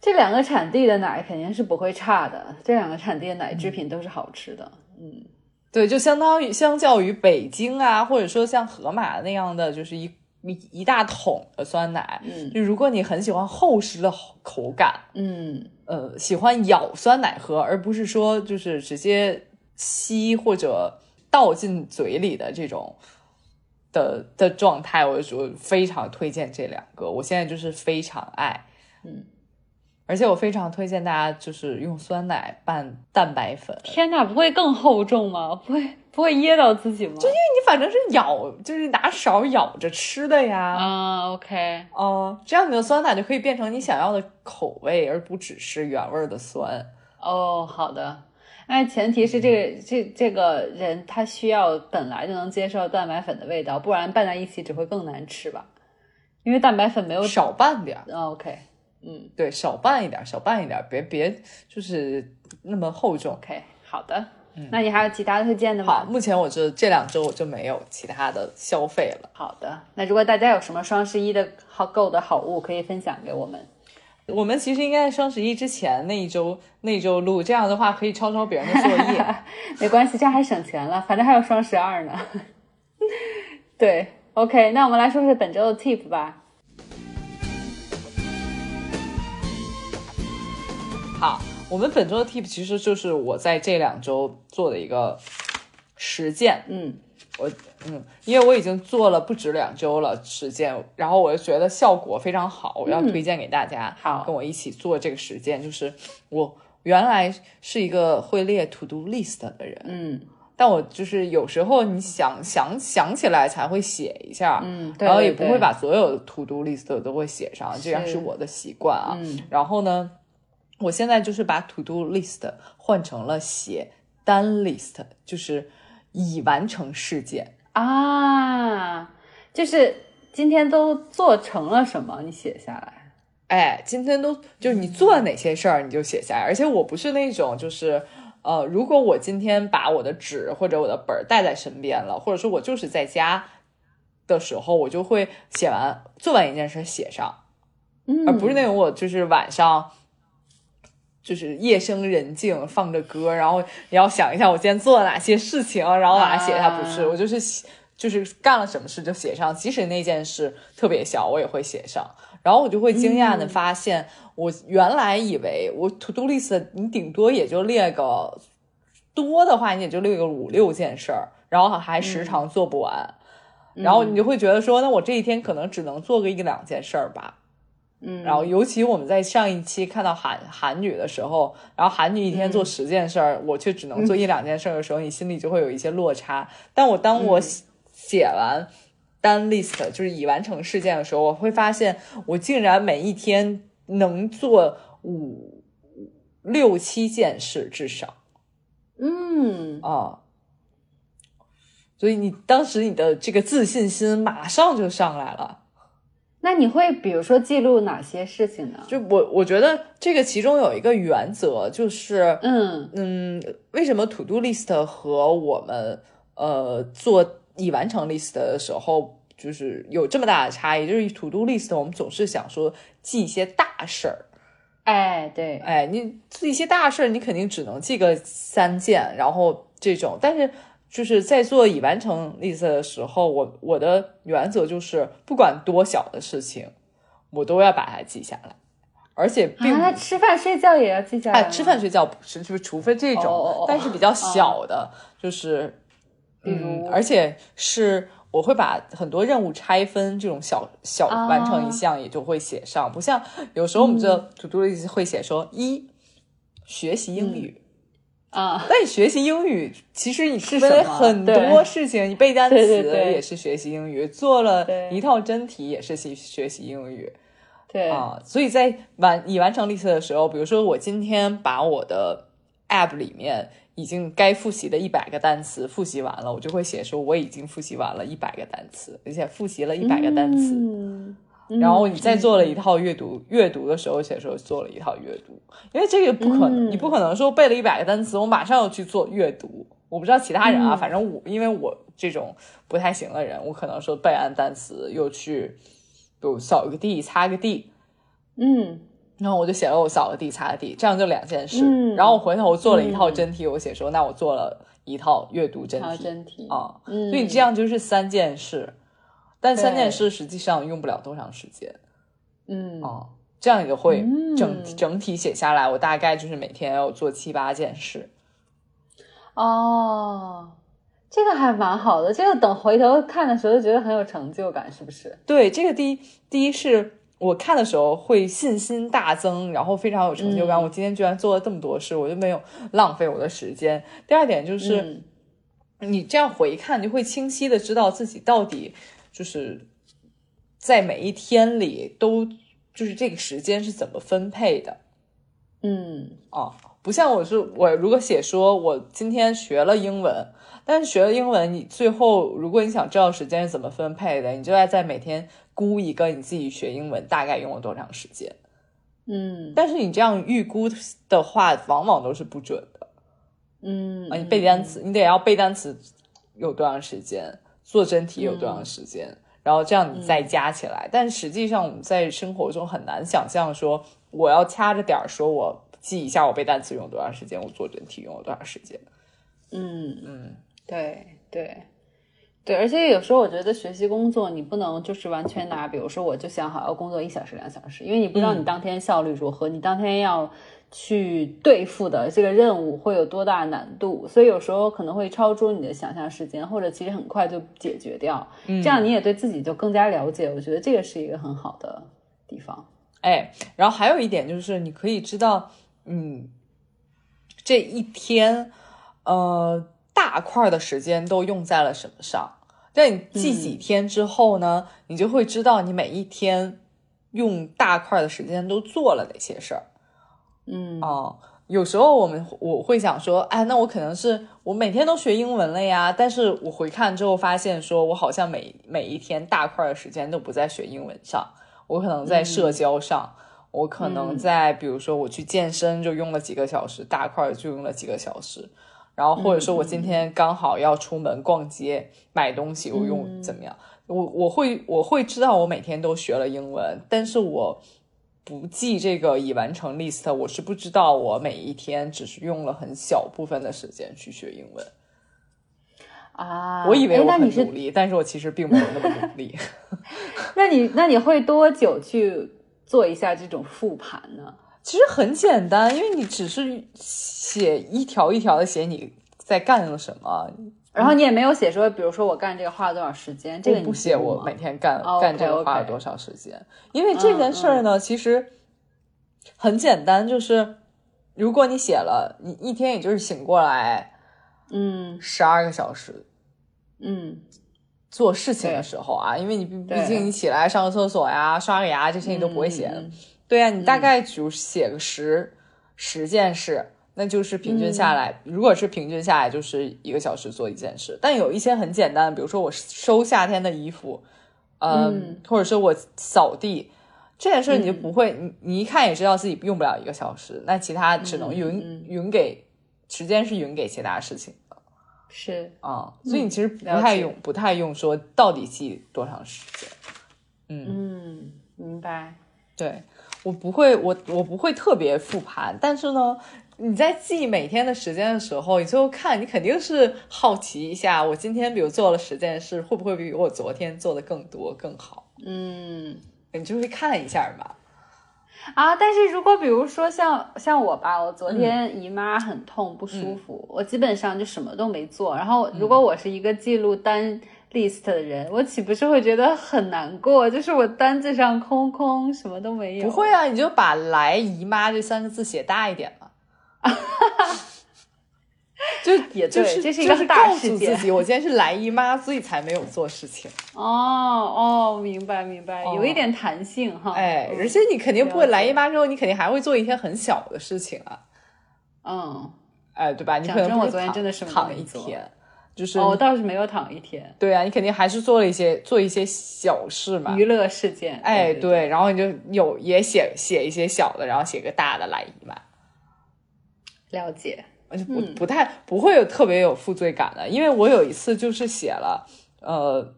Speaker 1: 这两个产地的奶肯定是不会差的，这两个产地的奶制品都是好吃的。嗯
Speaker 2: 对，就相当于相较于北京啊，或者说像河马那样的，就是一一一大桶的酸奶，
Speaker 1: 嗯
Speaker 2: 就如果你很喜欢厚实的口感，
Speaker 1: 嗯
Speaker 2: 呃，喜欢咬酸奶喝，而不是说就是直接吸或者倒进嘴里的这种的的状态，我就非常推荐这两个。我现在就是非常爱，
Speaker 1: 嗯，
Speaker 2: 而且我非常推荐大家就是用酸奶拌蛋白粉，你
Speaker 1: 天哪，不会更厚重吗？不会不会噎到自己吗？
Speaker 2: 反正是咬，就是拿勺咬着吃的呀。
Speaker 1: 啊，OK，
Speaker 2: 哦、这样你的酸奶就可以变成你想要的口味，而不只是原味儿的酸。
Speaker 1: 哦，好的。哎，前提是
Speaker 2: 嗯
Speaker 1: 这个这这个人他需要本来就能接受蛋白粉的味道，不然拌在一起只会更难吃吧？因为蛋白粉没有
Speaker 2: 少拌点儿，
Speaker 1: 哦 OK，嗯
Speaker 2: 对，少拌一点儿，少拌一点儿，别别就是那么厚重。
Speaker 1: OK，好的。
Speaker 2: 嗯
Speaker 1: 那你还有其他推荐的
Speaker 2: 好，
Speaker 1: 吗？
Speaker 2: 目前我这这两周我就没有其他的消费了。
Speaker 1: 好的。那如果大家有什么双十一的好购的好物，可以分享给我们。
Speaker 2: 我们其实应该在双十一之前那一周那一周录，这样的话可以抄抄别人的作业。
Speaker 1: 没关系，这样还省钱了，反正还有双十二呢。 对，OK，那我们来说说本周的 tip 吧。
Speaker 2: 好，我们本周的 tip 其实就是我在这两周做的一个实践。
Speaker 1: 嗯，
Speaker 2: 我嗯，因为我已经做了不止两周了实践，然后我就觉得效果非常好，我要推荐给大家，
Speaker 1: 嗯好
Speaker 2: 跟我一起做这个实践。就是我原来是一个会列 to do list 的人，
Speaker 1: 嗯
Speaker 2: 但我就是有时候你想想想起来才会写一下，
Speaker 1: 嗯，对
Speaker 2: 然后也
Speaker 1: 对
Speaker 2: 不
Speaker 1: 对
Speaker 2: 会把所有 to do list 都会写上，这样
Speaker 1: 是
Speaker 2: 是我的习惯啊。
Speaker 1: 嗯
Speaker 2: 然后呢，我现在就是把 to do list 换成了写单 list，就是已完成事件。
Speaker 1: 啊，就是今天都做成了什么，你写下来。
Speaker 2: 哎，今天都就是你做了哪些事儿，你就写下来。而且我不是那种就是。呃，如果我今天把我的纸或者我的本儿带在身边了，或者说我就是在家的时候，我就会写完做完一件事儿写上，
Speaker 1: 嗯，
Speaker 2: 而啊不是那种我就是晚上就是夜深人静放着歌，然后也要想一下我今天做了哪些事情，然后把它写下。
Speaker 1: 啊
Speaker 2: 不是，我就是写就是干了什么事就写上，即使那件事特别小，我也会写上。然后我就会惊
Speaker 1: 嗯
Speaker 2: 讶的发现，我原来以为我 to do list 你顶多也就列个多的话，你也就列个五六件事儿，然后还
Speaker 1: 嗯
Speaker 2: 时常做不完。然后你就会觉得说，那我这一天可能只能做个一两件事儿吧，
Speaker 1: 嗯，
Speaker 2: 然后，尤其我们在上一期看到韩韩女的时候，然后韩女一天做十件事儿，我却只能做一两件事儿的时候，你心里就会有一些落差。但我当我写写完单 list，就是已完成事件的时候，我会发现我竟然每一天能做五六七件事至少
Speaker 1: 嗯，
Speaker 2: 啊。所以你当时你的这个自信心马上就上来了。
Speaker 1: 那你会比如说记录哪些事情呢？
Speaker 2: 就我我觉得这个其中有一个原则就是，
Speaker 1: 嗯
Speaker 2: 嗯，为什么 to do list 和我们呃做已完成 list 的时候，就是有这么大的差异？就是 to do list 我们总是想说记一些大事儿，
Speaker 1: 哎，对，
Speaker 2: 哎，你记一些大事儿，你肯定只能记个三件，然后这种，但是。就是在做已完成 list 的时候，我我的原则就是，不管多小的事情，我都要把它记下来，而且并
Speaker 1: 啊，
Speaker 2: 不
Speaker 1: 那吃饭睡觉也要记下来
Speaker 2: 哎，
Speaker 1: 吗
Speaker 2: 吃饭睡觉不是，就是除非这种，
Speaker 1: 哦哦哦
Speaker 2: 但是比较小的，就是，
Speaker 1: 比如
Speaker 2: 嗯，而且是我会把很多任务拆分，这种小小
Speaker 1: 啊
Speaker 2: 完成一项也就会写上，不像有时候我们
Speaker 1: 嗯
Speaker 2: 这 to do list 会写说、一学习英语。
Speaker 1: 啊，
Speaker 2: 但你学习英语，其实你
Speaker 1: 嗯是
Speaker 2: 分
Speaker 1: 什么
Speaker 2: 很
Speaker 1: 对
Speaker 2: 多事情，你背单词
Speaker 1: 对对对
Speaker 2: 也是学习英语，做了
Speaker 1: 对
Speaker 2: 一套真题也是学学习英语。
Speaker 1: 对，
Speaker 2: 啊，所以在完已完成 list 的时候，比如说我今天把我的 app 里面已经该复习的一百个单词复习完了，我就会写说我已经复习完了一百个单词，而且复习了一百个单词。
Speaker 1: 嗯，
Speaker 2: 然后你再做了一套阅读，阅读的时候写说做了一套阅读，因为这个不可能，
Speaker 1: 嗯
Speaker 2: 你不可能说背了一百个单词，我马上要去做阅读。我不知道其他人啊，
Speaker 1: 嗯
Speaker 2: 反正我因为我这种不太行的人，我可能说背完单词又去，就扫个地、擦个地，
Speaker 1: 嗯，
Speaker 2: 然后我就写了我扫个地、擦个地，这样就两件事。
Speaker 1: 嗯
Speaker 2: 然后我回头做了一套真题，我写说那我做了一套阅读真
Speaker 1: 还有
Speaker 2: 题
Speaker 1: 真题，
Speaker 2: 啊，
Speaker 1: 嗯，
Speaker 2: 所以这样就是三件事，但三件
Speaker 1: 对
Speaker 2: 事实际上用不了多长时间
Speaker 1: 嗯，
Speaker 2: 啊，这样也就会整、
Speaker 1: 嗯
Speaker 2: 整体写下来，我大概就是每天要做七八件事。
Speaker 1: 哦，这个还蛮好的，这个等回头看的时候就觉得很有成就感，是不是？
Speaker 2: 对，这个第一第一是我看的时候会信心大增，然后非常有成就感。
Speaker 1: 嗯
Speaker 2: 我今天居然做了这么多事，我就没有浪费我的时间。第二点就是。
Speaker 1: 嗯
Speaker 2: 你这样回看，你就会清晰的知道自己到底就是在每一天里都就是这个时间是怎么分配的
Speaker 1: 嗯，
Speaker 2: 啊。不像我是我如果写说我今天学了英文，但是学了英文，你最后如果你想知道时间是怎么分配的，你就要在每天估一个你自己学英文大概用了多长时间。
Speaker 1: 嗯
Speaker 2: 但是你这样预估的话，往往都是不准的
Speaker 1: 嗯
Speaker 2: 啊！你背单词，你得要背单词有多长时间，做真题有多长时间，
Speaker 1: 嗯
Speaker 2: 然后这样你再加起来。但实际上我们在生活中很难想象说，我要掐着点儿说，我记一下我背单词用了多长时间，我做真题用了多长时间。
Speaker 1: 嗯
Speaker 2: 嗯，
Speaker 1: 对对对，而且有时候我觉得学习工作，你不能就是完全拿，比如说我就想好要工作一小时、两小时，因为你不知
Speaker 2: 嗯
Speaker 1: 道你当天效率如何，你当天要去对付的这个任务会有多大难度，所以有时候可能会超出你的想象时间，或者其实很快就解决掉。
Speaker 2: 嗯
Speaker 1: 这样你也对自己就更加了解，我觉得这个是一个很好的地方。
Speaker 2: 哎，然后还有一点就是，你可以知道，嗯，这一天，呃，大块儿的时间都用在了什么上。在你记几天之后呢，你就会知道你每一天用大块儿的时间都做了哪些事儿。
Speaker 1: 嗯
Speaker 2: 哦，有时候我们我会想说，哎，那我可能是我每天都学英文了呀，但是我回看之后发现，说我好像每每一天大块的时间都不在学英文上，我可能在
Speaker 1: 嗯
Speaker 2: 社交上，我可能在比如说我去健身就用了几个小时，大块就用了几个小时。然后或者说我
Speaker 1: 嗯
Speaker 2: 今天刚好要出门逛街、买东西，我用
Speaker 1: 嗯
Speaker 2: 怎么样？我我会我会知道我每天都学了英文，但是我不记这个已完成 list，我是不知道我每一天只是用了很小部分的时间去学英文。
Speaker 1: 啊，
Speaker 2: 我以为
Speaker 1: 哎
Speaker 2: 我
Speaker 1: 那
Speaker 2: 很
Speaker 1: 你是
Speaker 2: 努力，但是我其实并没有那么努力。
Speaker 1: 那你那你会多久去做一下这种复盘呢？
Speaker 2: 其实很简单，因为你只是写一条一条的写你在干了什么，
Speaker 1: 然后你也没有写说，比如说我干这个花了多少时间，这个
Speaker 2: 嗯我
Speaker 1: 你
Speaker 2: 不
Speaker 1: 记
Speaker 2: 写
Speaker 1: 录
Speaker 2: 我
Speaker 1: 吗
Speaker 2: 每天干、
Speaker 1: 哦
Speaker 2: 干这
Speaker 1: OK，OK 嗯
Speaker 2: 个花了多少时间，因为这件事儿呢，其实很简单，就是如果你写了，你一天也就是醒过来
Speaker 1: 嗯
Speaker 2: 十二个小时
Speaker 1: 嗯
Speaker 2: 做事情的时候啊，因为你毕
Speaker 1: 对
Speaker 2: 毕竟你起来上个厕所呀、刷个牙这些你都不会写，
Speaker 1: 嗯嗯
Speaker 2: 对呀、你大概就写个十、十件事。那就是平均
Speaker 1: 嗯
Speaker 2: 下来，如果是平均下来，就是一个小时做一件事。但有一些很简单的，比如说我收夏天的衣服，嗯
Speaker 1: 嗯，
Speaker 2: 或者说我扫地这件事儿，你就不会，你你一看也知道自己用不了一个小时，那其他只能匀、
Speaker 1: 嗯
Speaker 2: 匀给时间是匀给其他事情的
Speaker 1: 是
Speaker 2: 啊、所以你其实不
Speaker 1: 嗯了
Speaker 2: 太
Speaker 1: 解
Speaker 2: 用不太用说到底记多长时间，
Speaker 1: 嗯明白
Speaker 2: 对我不会，我我不会特别复盘，但是呢，你在记每天的时间的时候，你最后看，你肯定是好奇一下，我今天比如做了十件事，会不会比我昨天做的更多更好？
Speaker 1: 嗯
Speaker 2: 你就会看一下嘛。
Speaker 1: 啊，但是如果比如说像像我吧，我昨天姨妈很痛不舒
Speaker 2: 嗯
Speaker 1: 服，我基本上就什么都没做。然后如果我是一个记录单 list 的人，我岂不是会觉得很难过？就是我单子上空空，什么都没有。
Speaker 2: 不会啊，你就把“来姨妈”这三个字写大一点嘛。 就
Speaker 1: 也
Speaker 2: 就
Speaker 1: 对
Speaker 2: 是
Speaker 1: 这是一
Speaker 2: 就
Speaker 1: 个
Speaker 2: 是
Speaker 1: 大
Speaker 2: 告
Speaker 1: 事
Speaker 2: 诉自
Speaker 1: 件
Speaker 2: 己，我今天是来姨妈，所以才没有做事情。
Speaker 1: 哦哦，明白明白，有一
Speaker 2: 哦
Speaker 1: 点弹性哈。
Speaker 2: 哎，
Speaker 1: 嗯
Speaker 2: 而且你肯定不会
Speaker 1: 了解
Speaker 2: 来姨妈之后，你肯定还会做一些很小的事情啊，
Speaker 1: 嗯，
Speaker 2: 哎，对吧？你可
Speaker 1: 讲
Speaker 2: 能
Speaker 1: 真
Speaker 2: 不
Speaker 1: 我
Speaker 2: 是
Speaker 1: 昨天
Speaker 2: 躺
Speaker 1: 真的什么都
Speaker 2: 躺
Speaker 1: 没
Speaker 2: 一
Speaker 1: 做
Speaker 2: 天，就是、
Speaker 1: 哦，我倒是没有躺一天。
Speaker 2: 对啊，你肯定还是做了一些做一些小事嘛。
Speaker 1: 娱乐事件，
Speaker 2: 哎，
Speaker 1: 对，
Speaker 2: 对，然后你就有也写写一些小的，然后写个大的来姨妈。
Speaker 1: 了解。
Speaker 2: 而且不
Speaker 1: 嗯
Speaker 2: 不太不会有特别有负罪感的，因为我有一次就是写了呃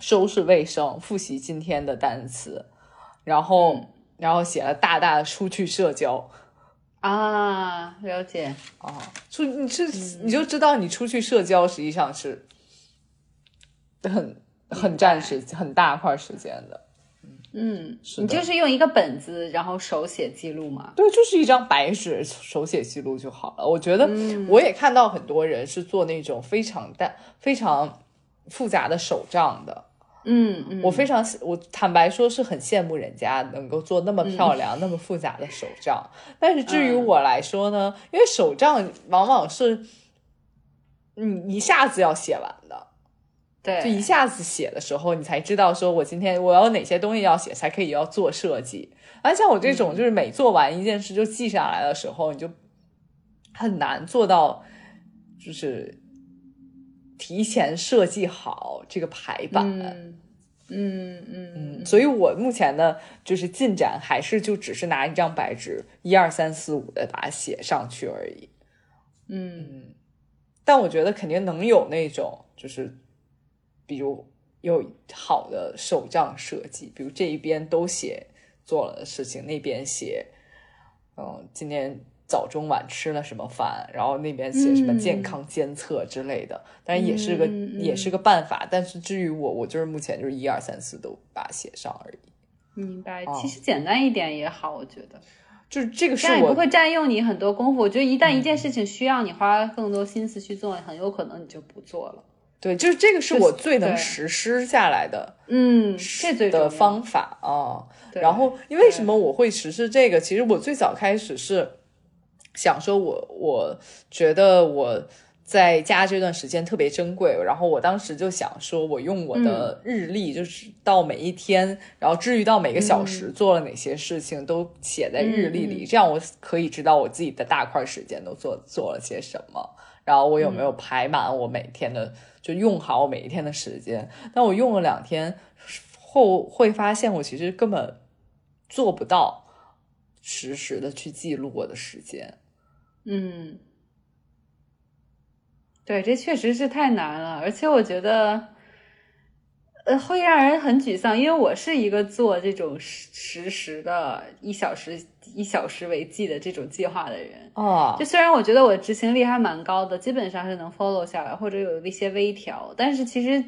Speaker 2: 收拾卫生，复习今天的单词，然后、
Speaker 1: 嗯
Speaker 2: 然后写了大大的出去社交
Speaker 1: 啊，了解，
Speaker 2: 啊，出你是、你就知道你出去社交实际上是很很占时很大块时间的，
Speaker 1: 嗯，
Speaker 2: 是
Speaker 1: 你
Speaker 2: 的
Speaker 1: 就是用一个本子，然后手写记录嘛，
Speaker 2: 对，就是一张白纸，手写记录就好了。我觉得我也看到很多人是做那种非常大、非常复杂的手账的。
Speaker 1: 嗯嗯，
Speaker 2: 我非常，我坦白说是很羡慕人家能够做那么漂亮、那么复杂的手账。但是至于我来说呢，因为手账往往是你一下子要写完的，就一
Speaker 1: 对，
Speaker 2: 下子写的时候，你才知道说我今天我要哪些东西要写，才可以要做设计。而像我这种就是每做完一件事就记下来的时候，你就很难做到，就是提前设计好这个排版。
Speaker 1: 嗯嗯嗯，
Speaker 2: 所以我目前的就是进展还是就只是拿一张白纸，一二三四五的把它写上去而已。
Speaker 1: 嗯
Speaker 2: 但我觉得肯定能有那种，就是比如有好的手账设计，比如这一边都写做了的事情，那边写，嗯，今天早中晚吃了什么饭，然后那边写什么
Speaker 1: 嗯
Speaker 2: 健康监测之类的，但也是个、
Speaker 1: 嗯嗯
Speaker 2: 也是个办法。但是至于我，我就是目前就是一二三四都把它写上而已。
Speaker 1: 明白。
Speaker 2: 哦
Speaker 1: 其实简单一点也好，我觉得
Speaker 2: 就是这个
Speaker 1: 这
Speaker 2: 是
Speaker 1: 样也
Speaker 2: 我
Speaker 1: 不会占用你很多功夫。我觉得一旦一件事情需要你花更多心思去做，很有可能你就不做了。
Speaker 2: 对，就是这个是
Speaker 1: 就是
Speaker 2: 我最能
Speaker 1: 对
Speaker 2: 实施下来的。
Speaker 1: 嗯，这最重要
Speaker 2: 的方法啊、
Speaker 1: 对
Speaker 2: 然后，因为什么我会实施这个？其实我最早开始是想说我，我觉得我在家这段时间特别珍贵，然后我当时就想说，我用我的日历，就是到每一天，然后至于到每个小时做了哪些事情，都写在日历里，这样我可以知道我自己的大块时间都做做了些什么。然后我有没有排满我每天的，就用好我每一天的时间？但我用了两天后，会发现我其实根本做不到实时的去记录我的时间。
Speaker 1: 嗯，对，这确实是太难了，而且我觉得，呃，会让人很沮丧，因为我是一个做这种实实时的一小时一小时为计的这种计划的人。
Speaker 2: 啊
Speaker 1: 就，虽然我觉得我执行力还蛮高的，基本上是能 follow 下来，或者有一些微调，但是其实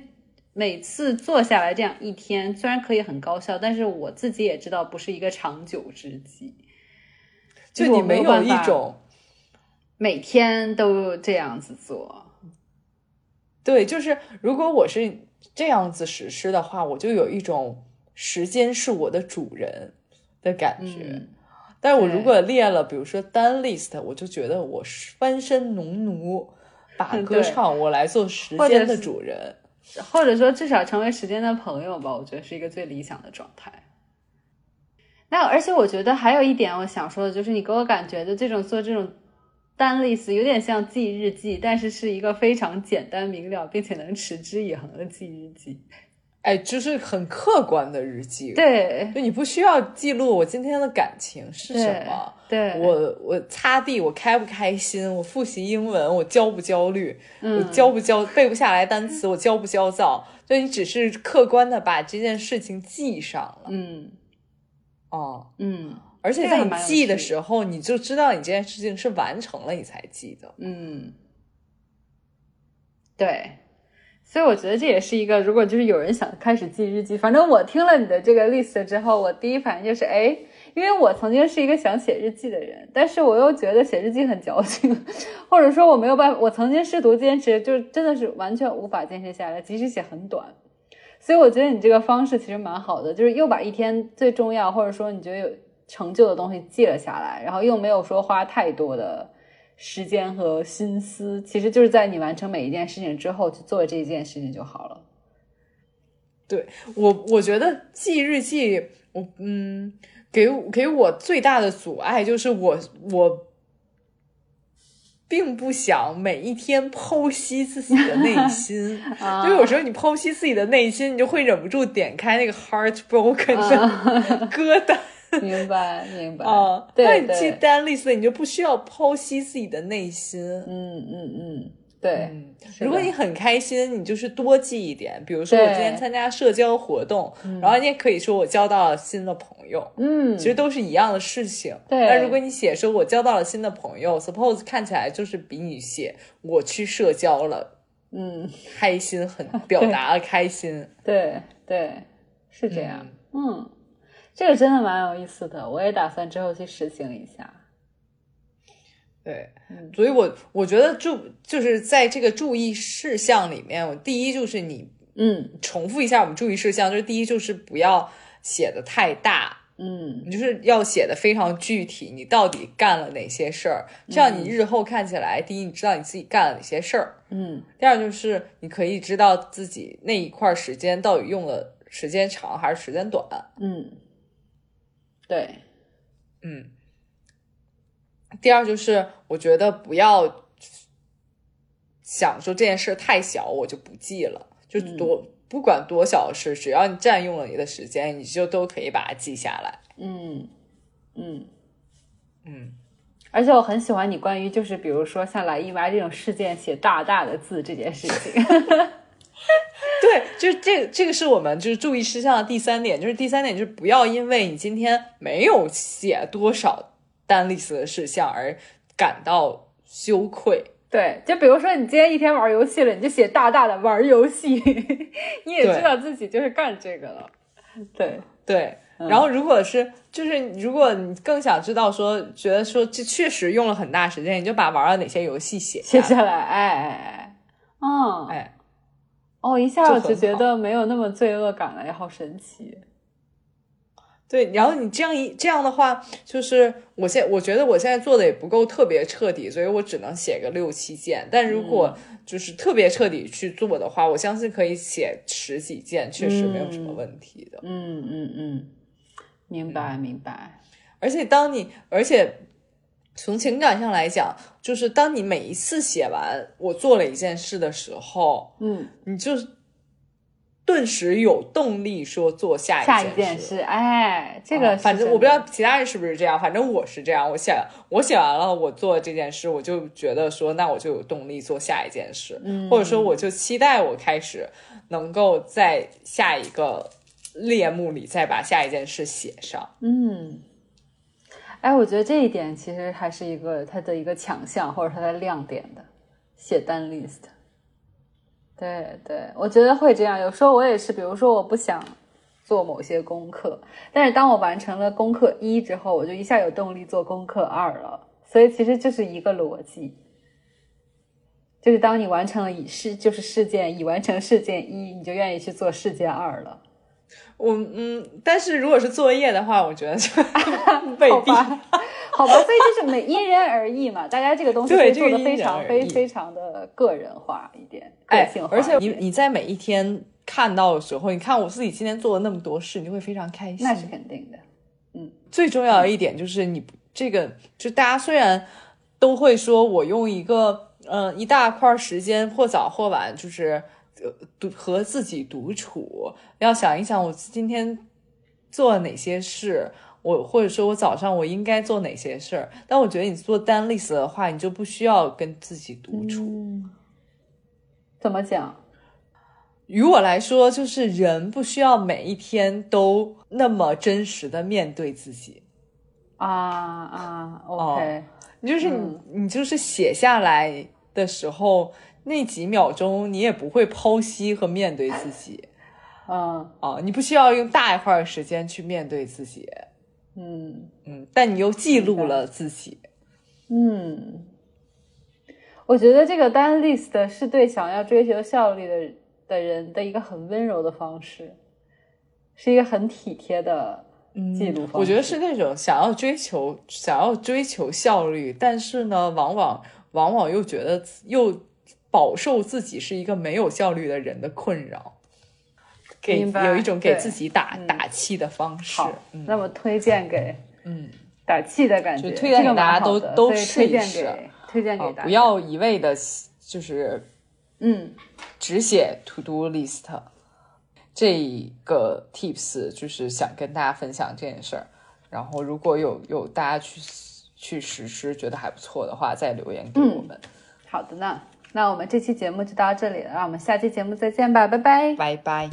Speaker 1: 每次做下来这样一天，虽然可以很高效，但是我自己也知道不是一个长久之计。就
Speaker 2: 就
Speaker 1: 是
Speaker 2: 你
Speaker 1: 我没
Speaker 2: 没有
Speaker 1: 办
Speaker 2: 一
Speaker 1: 法
Speaker 2: 种
Speaker 1: 每天都这样子做，
Speaker 2: 对，就是如果我是这样子实施的话，我就有一种时间是我的主人的感觉。
Speaker 1: 嗯
Speaker 2: 但是我如
Speaker 1: 对
Speaker 2: 果列了，比如说单 list，我就觉得我是翻身农奴， 把歌
Speaker 1: 对
Speaker 2: 唱我来做时
Speaker 1: 或者
Speaker 2: 间的
Speaker 1: 是
Speaker 2: 主人。
Speaker 1: 或者说至少成为时间的朋友吧，我觉得是一个最理想的状态。那而且我觉得还有一点我想说的就是，你给我感觉就这种做这种单 list 有点像记日记，但是是一个非常简单明了并且能持之以恒的记日记。
Speaker 2: 哎，就是很客观的日记。，
Speaker 1: 对，
Speaker 2: 就你不需要记录我今天的感情是什么，
Speaker 1: 对，对
Speaker 2: 我我擦地，我开不开心，我复习英文，我焦不焦虑，我
Speaker 1: 嗯，
Speaker 2: 焦不焦背不下来单词，我焦不焦躁。就你只是客观的把这件事情记上了，
Speaker 1: 嗯
Speaker 2: 哦、
Speaker 1: 嗯
Speaker 2: 而且
Speaker 1: 这个
Speaker 2: 在
Speaker 1: 还
Speaker 2: 你
Speaker 1: 蛮有
Speaker 2: 记的
Speaker 1: 趣
Speaker 2: 时候，你就知道你这件事情是完成了，你才记的。
Speaker 1: 嗯，对。所以我觉得这也是一个，如果就是有人想开始记日记，反正我听了你的这个 list 之后，我第一反应就是，哎，因为我曾经是一个想写日记的人，但是我又觉得写日记很矫情， 或者说我没有办法，我曾经试图坚持，就是真的是完全无法坚持下来，即使写很短。所以我觉得你这个方式其实蛮好的，就是又把一天最重要或者说你觉得有成就的东西记了下来，然后又没有说花太多的时间和心思，其实就是在你完成每一件事情之后去做这件事情就好了。
Speaker 2: 对我，我觉得记日记，我嗯，给我给我最大的阻碍就是我我并不想每一天剖析自己的内 心，
Speaker 1: 啊
Speaker 2: 就有时候你剖析自己的内心，你就会忍不住点开那个 heartbroken 的歌 单。
Speaker 1: 明白，明白。
Speaker 2: 啊，那
Speaker 1: 啊对
Speaker 2: 你记
Speaker 1: 对，
Speaker 2: 单 list，你就不需要剖析自己的内心。
Speaker 1: 嗯嗯嗯，对，
Speaker 2: 嗯，
Speaker 1: 是
Speaker 2: 如果
Speaker 1: 的
Speaker 2: 你很开心，你就是多记一点。比如说，我
Speaker 1: 对
Speaker 2: 今天参加社交活动，然后你也可以说我交到了新的朋友，
Speaker 1: 嗯
Speaker 2: 其，实都是一样的事情。
Speaker 1: 对
Speaker 2: 但如果你写说我交到了新的朋友，suppose 看起来就是比你写我去社交了
Speaker 1: 嗯，
Speaker 2: 开 心很，表达了开心。
Speaker 1: 对对，是这样。嗯，这个真的蛮有意思的，我也打算之后去实行一下。
Speaker 2: 对
Speaker 1: 嗯，
Speaker 2: 所以我我觉得注就是在这个注意事项里面，我第一就是你
Speaker 1: 嗯
Speaker 2: 重复一下我们注意事项，就是第一就是不要写的太大，
Speaker 1: 嗯
Speaker 2: 你就是要写的非常具体，你到底干了哪些事儿，这样你日后看起来，第一你知道你自己干了哪些事儿，
Speaker 1: 嗯
Speaker 2: 第二就是你可以知道自己那一块儿时间到底用的时间长还是时间短，
Speaker 1: 嗯，对，
Speaker 2: 嗯。第二就是我觉得不要想说这件事太小，我就不记了，就多、不管多小的事，只要你占用了你的时间，你就都可以把它记下来。
Speaker 1: 嗯嗯，
Speaker 2: 嗯，
Speaker 1: 而且我很喜欢你关于就是比如说像来姨妈这种事件写大大的字这件事情。
Speaker 2: 对，就是这这个是我们就是注意事项的第三点，就是第三点就是不要因为你今天没有写多少单 list 的事项而感到羞愧。
Speaker 1: 对，就比如说你今天一天玩游戏了，你就写大大的玩游戏， 你也
Speaker 2: 对
Speaker 1: 知道自己就是干这个了。对，
Speaker 2: 对，
Speaker 1: 嗯
Speaker 2: 然后如果是就是如果你更想知道说，觉得说这确实用了很大时间，你就把玩了哪些游戏写
Speaker 1: 写
Speaker 2: 来
Speaker 1: 下来，哎哎哎，嗯，
Speaker 2: 哎，
Speaker 1: 哦，一下
Speaker 2: 就
Speaker 1: 我
Speaker 2: 很
Speaker 1: 就觉
Speaker 2: 好
Speaker 1: 得没有那么罪恶感了，也好神奇。
Speaker 2: 对，然后你这样一这样的话，就是我现我觉得我现在做的也不够特别彻底，所以我只能写个六七件。但如果
Speaker 1: 嗯
Speaker 2: 就是特别彻底去做的话，我相信可以写十几件，确实没有什么问题的。
Speaker 1: 嗯嗯嗯，明白明白。
Speaker 2: 而且当你，而且从情感上来讲，就是当你每一次写完我做了一件事的时候，
Speaker 1: 嗯，
Speaker 2: 你就是顿时有动力说做下
Speaker 1: 下
Speaker 2: 一
Speaker 1: 一件
Speaker 2: 事。
Speaker 1: 事，哎，这
Speaker 2: 啊
Speaker 1: 个是
Speaker 2: 反正
Speaker 1: 真
Speaker 2: 我不知
Speaker 1: 的
Speaker 2: 道其他人是不是这样，反正我是这样。我写我写完了，我做这件事，我就觉得说，那我就有动力做下一件事，
Speaker 1: 嗯
Speaker 2: 或者说我就期待我开始能够在下一个列目里再把下一件事写上。
Speaker 1: 嗯，哎，我觉得这一点其实还是一个它的一个强项，或者它的亮点的，写单 list。对对，我觉得会这样。有时候我也是，比如说我不想做某些功课，但是当我完成了功课一之后，我就一下有动力做功课二了。所以其实这是一个逻辑，就是当你完成了已事，就是事件已完成事件一，你就愿意去做事件二了。
Speaker 2: 我嗯，但是如果是作业的话，我觉得就 未
Speaker 1: 好
Speaker 2: 必。
Speaker 1: 吧， 好吧，所以就是每因人而异嘛，大家这个东西可
Speaker 2: 对
Speaker 1: 以做的
Speaker 2: 这个因
Speaker 1: 非
Speaker 2: 人
Speaker 1: 常
Speaker 2: 而
Speaker 1: 非
Speaker 2: 异
Speaker 1: 非常的个人化一点，个
Speaker 2: 哎
Speaker 1: 性，化一
Speaker 2: 而
Speaker 1: 点。
Speaker 2: 且你你在每一天看到的时候，你看我自己今天做了那么多事，你就会非常开心。
Speaker 1: 那是肯定的，
Speaker 2: 最重要的一点就是你不这个，就大家虽然都会说我用一个嗯、呃一大块时间或早或晚，就是呃独和自己独处，要想一想我今天做了哪些事。我或者说，我早上我应该做哪些事儿？但我觉得你做单 list 的话，你就不需要跟自己独处。
Speaker 1: 嗯，怎么讲？
Speaker 2: 于我来说，就是人不需要每一天都那么真实的面对自己。
Speaker 1: 啊啊，OK，、
Speaker 2: 你就是你，你就是写下来的时候，那几秒钟你也不会剖析和面对自己啊，你不需要用大一块儿的时间去面对自己，
Speaker 1: 嗯
Speaker 2: 嗯，但你又记录了自己，
Speaker 1: 嗯嗯，我觉得这个单 list 是对想要追求效率的的人的一个很温柔的方式，是一个很体贴的记录方式。
Speaker 2: 嗯我觉得是那种想要追求想要追求效率，但是呢，往往往往又觉得又饱受自己是一个没有效率的人的困扰。给
Speaker 1: 明白
Speaker 2: 有一种给
Speaker 1: 对
Speaker 2: 自己打
Speaker 1: 嗯
Speaker 2: 打气的方式
Speaker 1: 好，，
Speaker 2: 嗯
Speaker 1: 那么推荐给
Speaker 2: 嗯，
Speaker 1: 打气的感觉，
Speaker 2: 就推荐给
Speaker 1: 这个蛮好的
Speaker 2: 大家都都
Speaker 1: 所以推荐
Speaker 2: 试一试
Speaker 1: 给推荐
Speaker 2: 啊
Speaker 1: 给大家，
Speaker 2: 不要一味的，就是
Speaker 1: 嗯
Speaker 2: 只写 to do list。这一个 tips 就是想跟大家分享这件事儿，然后如果有有大家去去实施觉得还不错的话，再留言给我们。
Speaker 1: 好的呢，那我们这期节目就到这里了，让我们下期节目再见吧，拜拜。
Speaker 2: 拜拜。